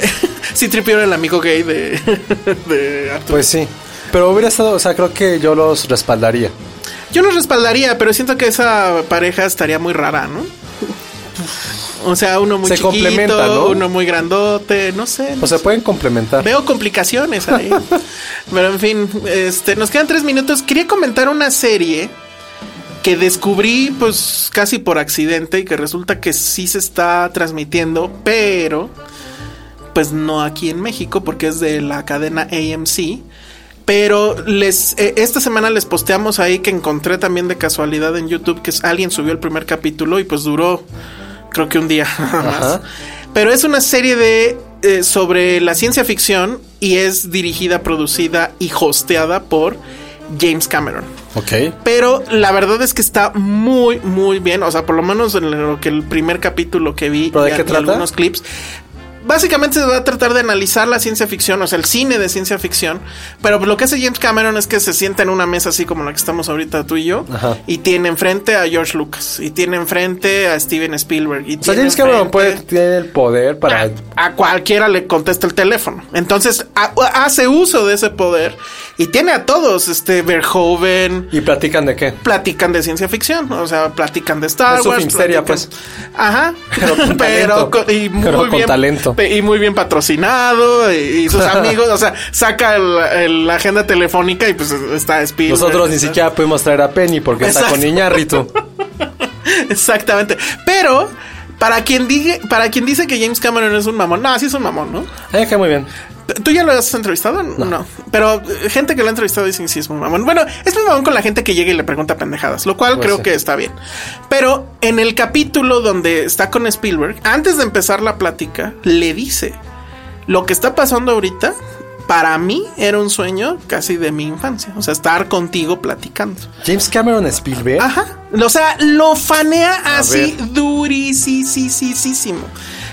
Speaker 4: si Tripio era el amigo gay de, de Artudito.
Speaker 3: Pues sí. Pero hubiera estado, o sea, creo que yo los respaldaría.
Speaker 4: Yo los respaldaría, pero siento que esa pareja estaría muy rara, ¿no? O sea, uno muy
Speaker 3: Se
Speaker 4: chiquito,
Speaker 3: complementa, ¿no?
Speaker 4: uno muy grandote, no sé. no
Speaker 3: O sea, pueden complementar.
Speaker 4: Veo complicaciones ahí. Pero en fin, este, nos quedan tres minutos. Quería comentar una serie que descubrí, pues, casi por accidente y que resulta que sí se está transmitiendo, pero, pues, no aquí en México porque es de la cadena AMC. Pero les, eh, esta semana les posteamos ahí que encontré también de casualidad en YouTube que es- alguien subió el primer capítulo y pues duró creo que un día nada más.
Speaker 3: Ajá.
Speaker 4: Pero es una serie de eh, sobre la ciencia ficción y es dirigida, producida y hosteada por James Cameron.
Speaker 3: Ok.
Speaker 4: Pero la verdad es que está muy, muy bien. O sea, por lo menos en lo que el primer capítulo que vi
Speaker 3: ¿Pero de
Speaker 4: y
Speaker 3: qué
Speaker 4: y
Speaker 3: trata?
Speaker 4: algunos clips. Básicamente se va a tratar de analizar la ciencia ficción, o sea, el cine de ciencia ficción. Pero lo que hace James Cameron es que se sienta en una mesa así como la que estamos ahorita tú y yo.
Speaker 3: Ajá.
Speaker 4: Y tiene enfrente a George Lucas. Y tiene enfrente a Steven Spielberg.
Speaker 3: O
Speaker 4: Y
Speaker 3: sea,
Speaker 4: tiene
Speaker 3: James Cameron
Speaker 4: enfrente-
Speaker 3: puede, tiene el poder para
Speaker 4: a cualquiera le contesta el teléfono. Entonces, a- hace uso de ese poder Y tiene a todos, este, Verhoeven.
Speaker 3: ¿Y platican de qué?
Speaker 4: Platican de ciencia ficción, o sea, platican de Star
Speaker 3: Es su
Speaker 4: Wars.
Speaker 3: Filmsteria,
Speaker 4: platican-
Speaker 3: pues.
Speaker 4: Ajá.
Speaker 3: Pero con talento.
Speaker 4: co- y muy
Speaker 3: Pero con
Speaker 4: bien,
Speaker 3: talento.
Speaker 4: pe- Y muy bien patrocinado. Y, y sus amigos, o sea, saca el- el- la agenda telefónica y pues está Spielberg.
Speaker 3: Nosotros ni
Speaker 4: está-
Speaker 3: siquiera pudimos traer a Penny porque está
Speaker 4: Exacto.
Speaker 3: con Iñarritu.
Speaker 4: Exactamente. Pero, para quien, diga, para quien dice que James Cameron es un mamón, no, sí es un mamón, ¿no?
Speaker 3: Ay, qué muy bien.
Speaker 4: ¿Tú ya lo has entrevistado? No. Pero eh, gente que lo ha entrevistado dicen sí es muy mamón. Bueno, es muy mamón con la gente que llega y le pregunta pendejadas, lo cual
Speaker 3: Pues
Speaker 4: creo
Speaker 3: sí.
Speaker 4: que está bien. Pero en el capítulo donde está con Spielberg, antes de empezar la plática, le dice: Lo que está pasando ahorita, para mí era un sueño casi de mi infancia. O sea, estar contigo platicando.
Speaker 3: James Cameron Spielberg.
Speaker 4: Ajá. O sea, lo fanea así
Speaker 3: ¿Eh? ver.
Speaker 4: durísimo.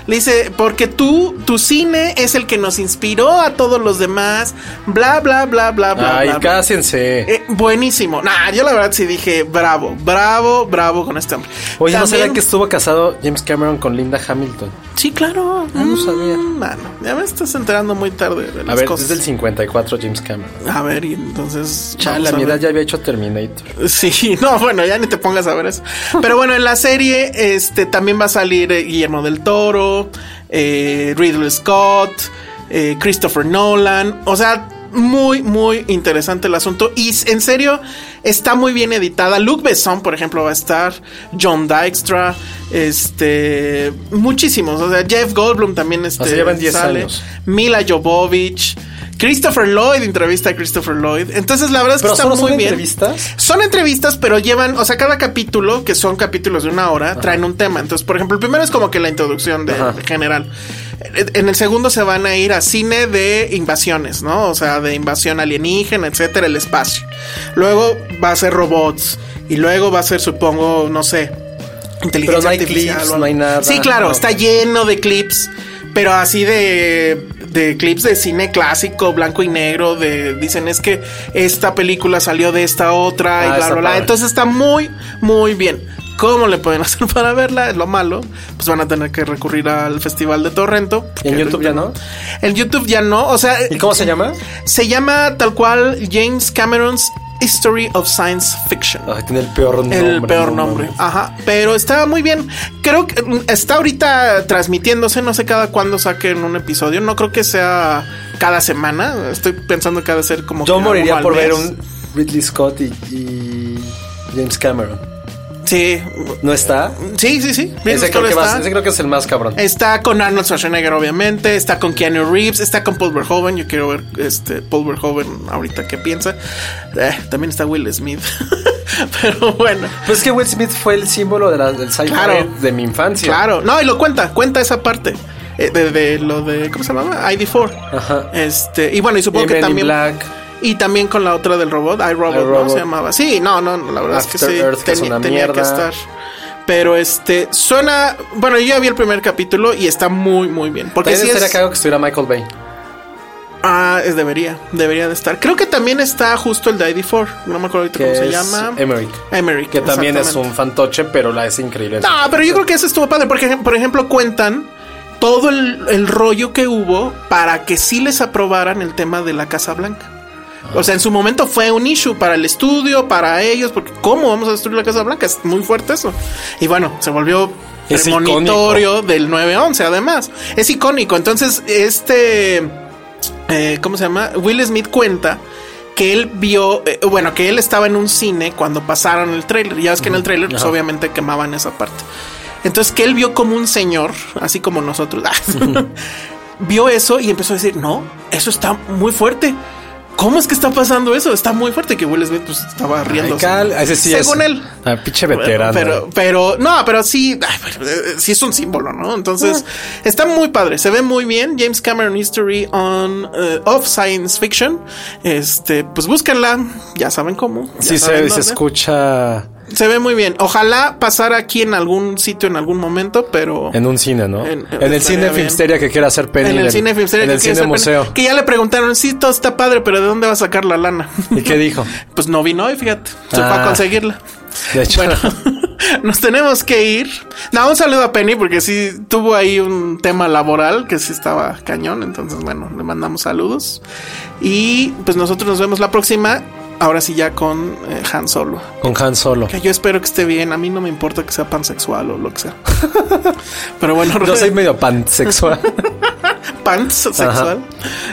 Speaker 4: Le dice, porque tú, tu cine es el que nos inspiró a todos los demás, bla, bla, bla, bla, bla.
Speaker 3: Ay,
Speaker 4: bla, bla.
Speaker 3: cásense.
Speaker 4: Eh, buenísimo. Nah, yo la verdad sí dije, bravo, bravo, bravo con este hombre.
Speaker 3: Oye, no
Speaker 4: También-
Speaker 3: sabía que estuvo casado James Cameron con Linda Hamilton.
Speaker 4: Sí, claro.
Speaker 3: Ah, no sabía.
Speaker 4: Mm, mano, ya me estás enterando muy tarde de las
Speaker 3: A ver,
Speaker 4: cosas.
Speaker 3: es del 54 James Cameron.
Speaker 4: A ver, y entonces...
Speaker 3: Chala,
Speaker 4: vamos a
Speaker 3: mi edad
Speaker 4: ver.
Speaker 3: ya había hecho Terminator.
Speaker 4: Sí, no, bueno, ya ni te pongas a ver eso. Pero bueno, en la serie este, también va a salir eh, Guillermo del Toro, eh, Ridley Scott, eh, Christopher Nolan. O sea, muy, muy interesante el asunto. Y s- en serio, está muy bien editada. Luke Besson, por ejemplo, va a estar. John Dykstra. Este. Muchísimos. O sea, Jeff Goldblum también este,
Speaker 3: O sea, llevan 10 años.
Speaker 4: Mila Jovovich. Christopher Lloyd, entrevista a Christopher Lloyd. Entonces, la verdad es que
Speaker 3: Pero
Speaker 4: está
Speaker 3: solo
Speaker 4: muy
Speaker 3: son
Speaker 4: bien.
Speaker 3: entrevistas.
Speaker 4: Son entrevistas, pero llevan, o sea, cada capítulo, que son capítulos de una hora, traen un tema. Entonces, por ejemplo, el primero es como que la introducción de, de general. En- En el segundo se van a ir a cine de invasiones, ¿no? O sea, de invasión alienígena, etcétera, el espacio. Luego va a ser robots. Y luego va a ser, supongo, no sé, inteligencia
Speaker 3: Pero no hay
Speaker 4: artificial
Speaker 3: clips,
Speaker 4: o algo.
Speaker 3: no hay nada.
Speaker 4: Sí, claro,
Speaker 3: No.
Speaker 4: está lleno de clips. Pero así de, de clips de cine clásico, blanco y negro, de dicen es que esta película salió de esta otra y
Speaker 3: Ah,
Speaker 4: bla,
Speaker 3: está
Speaker 4: bla, bla.
Speaker 3: padre.
Speaker 4: Entonces está muy, muy bien. ¿Cómo le pueden hacer para verla? Es lo malo. Pues van a tener que recurrir al Festival de Torrento.
Speaker 3: ¿Y en
Speaker 4: porque-
Speaker 3: YouTube ya no?
Speaker 4: En YouTube ya no. O sea,
Speaker 3: ¿Y cómo se llama?
Speaker 4: se llama tal cual James Cameron's History of Science Fiction.
Speaker 3: Ay, tiene el peor nombre.
Speaker 4: El peor
Speaker 3: no
Speaker 4: nombre.
Speaker 3: mames.
Speaker 4: Ajá. Pero está muy bien. Creo que mm, está ahorita transmitiéndose. No sé cada cuándo saquen un episodio. No creo que sea cada semana. Estoy pensando que ha de ser como.
Speaker 3: Yo
Speaker 4: que uno
Speaker 3: moriría
Speaker 4: al
Speaker 3: por ver
Speaker 4: mes.
Speaker 3: un Ridley Scott y, y James Cameron.
Speaker 4: Sí.
Speaker 3: ¿No está?
Speaker 4: Sí, sí, sí. Ridley
Speaker 3: Ese creo,
Speaker 4: Scott
Speaker 3: que va-
Speaker 4: está.
Speaker 3: ese creo que es el más cabrón.
Speaker 4: Está con Arnold Schwarzenegger, obviamente. Está con Keanu Reeves. Está con Paul Verhoeven. Yo quiero ver este Paul Verhoeven ahorita qué piensa. Eh, también está Will Smith. Pero bueno.
Speaker 3: Pues es que Will Smith fue el símbolo de la- del sci-fi
Speaker 4: Claro.
Speaker 3: de mi infancia.
Speaker 4: Claro, no, y lo cuenta, cuenta esa parte. eh, De, de lo de, ¿cómo se llamaba? ID4.
Speaker 3: Ajá.
Speaker 4: Este, y bueno, y supongo
Speaker 3: Y
Speaker 4: que
Speaker 3: Men in
Speaker 4: también.
Speaker 3: Black.
Speaker 4: Y también con la otra del robot, iRobot, ¿no?
Speaker 3: iRobot.
Speaker 4: Se llamaba. Sí, no, no, no, la verdad es
Speaker 3: After
Speaker 4: que sí.
Speaker 3: Earth, que es
Speaker 4: teni-
Speaker 3: una
Speaker 4: tenía que
Speaker 3: mierda.
Speaker 4: estar. Pero este, suena. Bueno, yo ya vi el primer capítulo y está muy, muy bien. Porque
Speaker 3: También
Speaker 4: sí
Speaker 3: estaría
Speaker 4: es.
Speaker 3: cagado que estuviera Michael Bay.
Speaker 4: Ah, es- debería, debería de estar. Creo que también está justo el de ID4. No me acuerdo ahorita
Speaker 3: Que
Speaker 4: cómo se
Speaker 3: es
Speaker 4: llama.
Speaker 3: Emmerich.
Speaker 4: Emmerich.
Speaker 3: Que también es
Speaker 4: exactamente.
Speaker 3: un fantoche, pero la es increíble.
Speaker 4: No, pero yo creo que eso estuvo padre, porque por ejemplo cuentan todo el, el rollo que hubo para que sí les aprobaran el tema de la Casa Blanca. O sea, en su momento fue un issue para el estudio, para ellos, porque ¿cómo vamos a destruir la Casa Blanca? Es muy fuerte eso. Y bueno, se volvió
Speaker 3: Es
Speaker 4: premonitorio del 9-11, además. Es icónico. Entonces, este eh, ¿cómo se llama? Will Smith cuenta que él vio, eh, bueno, que él estaba en un cine cuando pasaron el tráiler. Ya ves que en el tráiler, pues
Speaker 3: Ajá.
Speaker 4: obviamente quemaban esa parte. Entonces que él vio como un señor, así como nosotros, vio eso y empezó a decir, no, eso está muy fuerte. ¿Cómo es que está pasando eso? Está muy fuerte que Will Smith pues, estaba riendo.
Speaker 3: Cal, ese sí es-
Speaker 4: Según él.
Speaker 3: Ah, pinche veterano. eh.
Speaker 4: Pero, pero, no, pero sí, ay, pero, eh, sí es un símbolo, ¿no? Entonces,
Speaker 3: Ah.
Speaker 4: está muy padre, se ve muy bien. James Cameron History on, eh, of Science Fiction. Este, pues búsquenla, ya saben cómo. ya
Speaker 3: Sí,
Speaker 4: saben
Speaker 3: se, se
Speaker 4: dónde.
Speaker 3: escucha
Speaker 4: Se ve muy bien. Ojalá pasara aquí en algún sitio en algún momento, pero.
Speaker 3: en un cine, ¿no? En,
Speaker 4: En- en-
Speaker 3: el
Speaker 4: estaría
Speaker 3: cine
Speaker 4: bien.
Speaker 3: Filmsteria que quiere hacer Penny.
Speaker 4: en el
Speaker 3: de-
Speaker 4: cine Filmsteria
Speaker 3: En
Speaker 4: que
Speaker 3: el
Speaker 4: quiere
Speaker 3: cine
Speaker 4: ser
Speaker 3: museo.
Speaker 4: pen- Que ya le preguntaron, sí, todo está padre, pero ¿de dónde va a sacar la lana?
Speaker 3: ¿Y qué dijo?
Speaker 4: Pues no vino hoy, fíjate. Se fue a
Speaker 3: Ah.
Speaker 4: conseguirla.
Speaker 3: De hecho,
Speaker 4: Bueno. Nos tenemos que ir. No, un saludo a Penny porque sí tuvo ahí un tema laboral que sí estaba cañón. Entonces, bueno, le mandamos saludos. Y pues nosotros nos vemos la próxima. Ahora sí ya con eh, Han Solo.
Speaker 3: Con Han Solo.
Speaker 4: Que yo espero que esté bien. A mí no me importa que sea pansexual o lo que sea. Pero bueno,
Speaker 3: Yo soy medio pansexual.
Speaker 4: pansexual.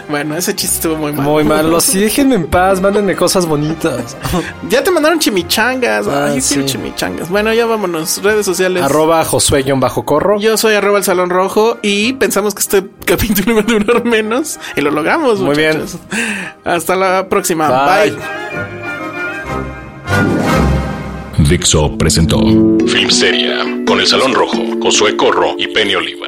Speaker 4: Bueno, ese chiste estuvo muy mal.
Speaker 3: Muy malo. Sí, déjenme en paz. Mándenme cosas bonitas.
Speaker 4: Ya te mandaron chimichangas.
Speaker 3: Ah,
Speaker 4: Ay, yo quiero
Speaker 3: sí.
Speaker 4: chimichangas. Bueno, ya vámonos. Redes sociales.
Speaker 3: Arroba Josué-Corro.
Speaker 4: Yo soy arroba el salón rojo y pensamos que este capítulo iba a durar menos y lo logramos.
Speaker 3: Muy bien.
Speaker 4: muchachos. Hasta la próxima.
Speaker 3: Bye.
Speaker 4: Bye.
Speaker 2: Dixo presentó Film Seria con El Salón Rojo, Josué Corro y Penny Oliva.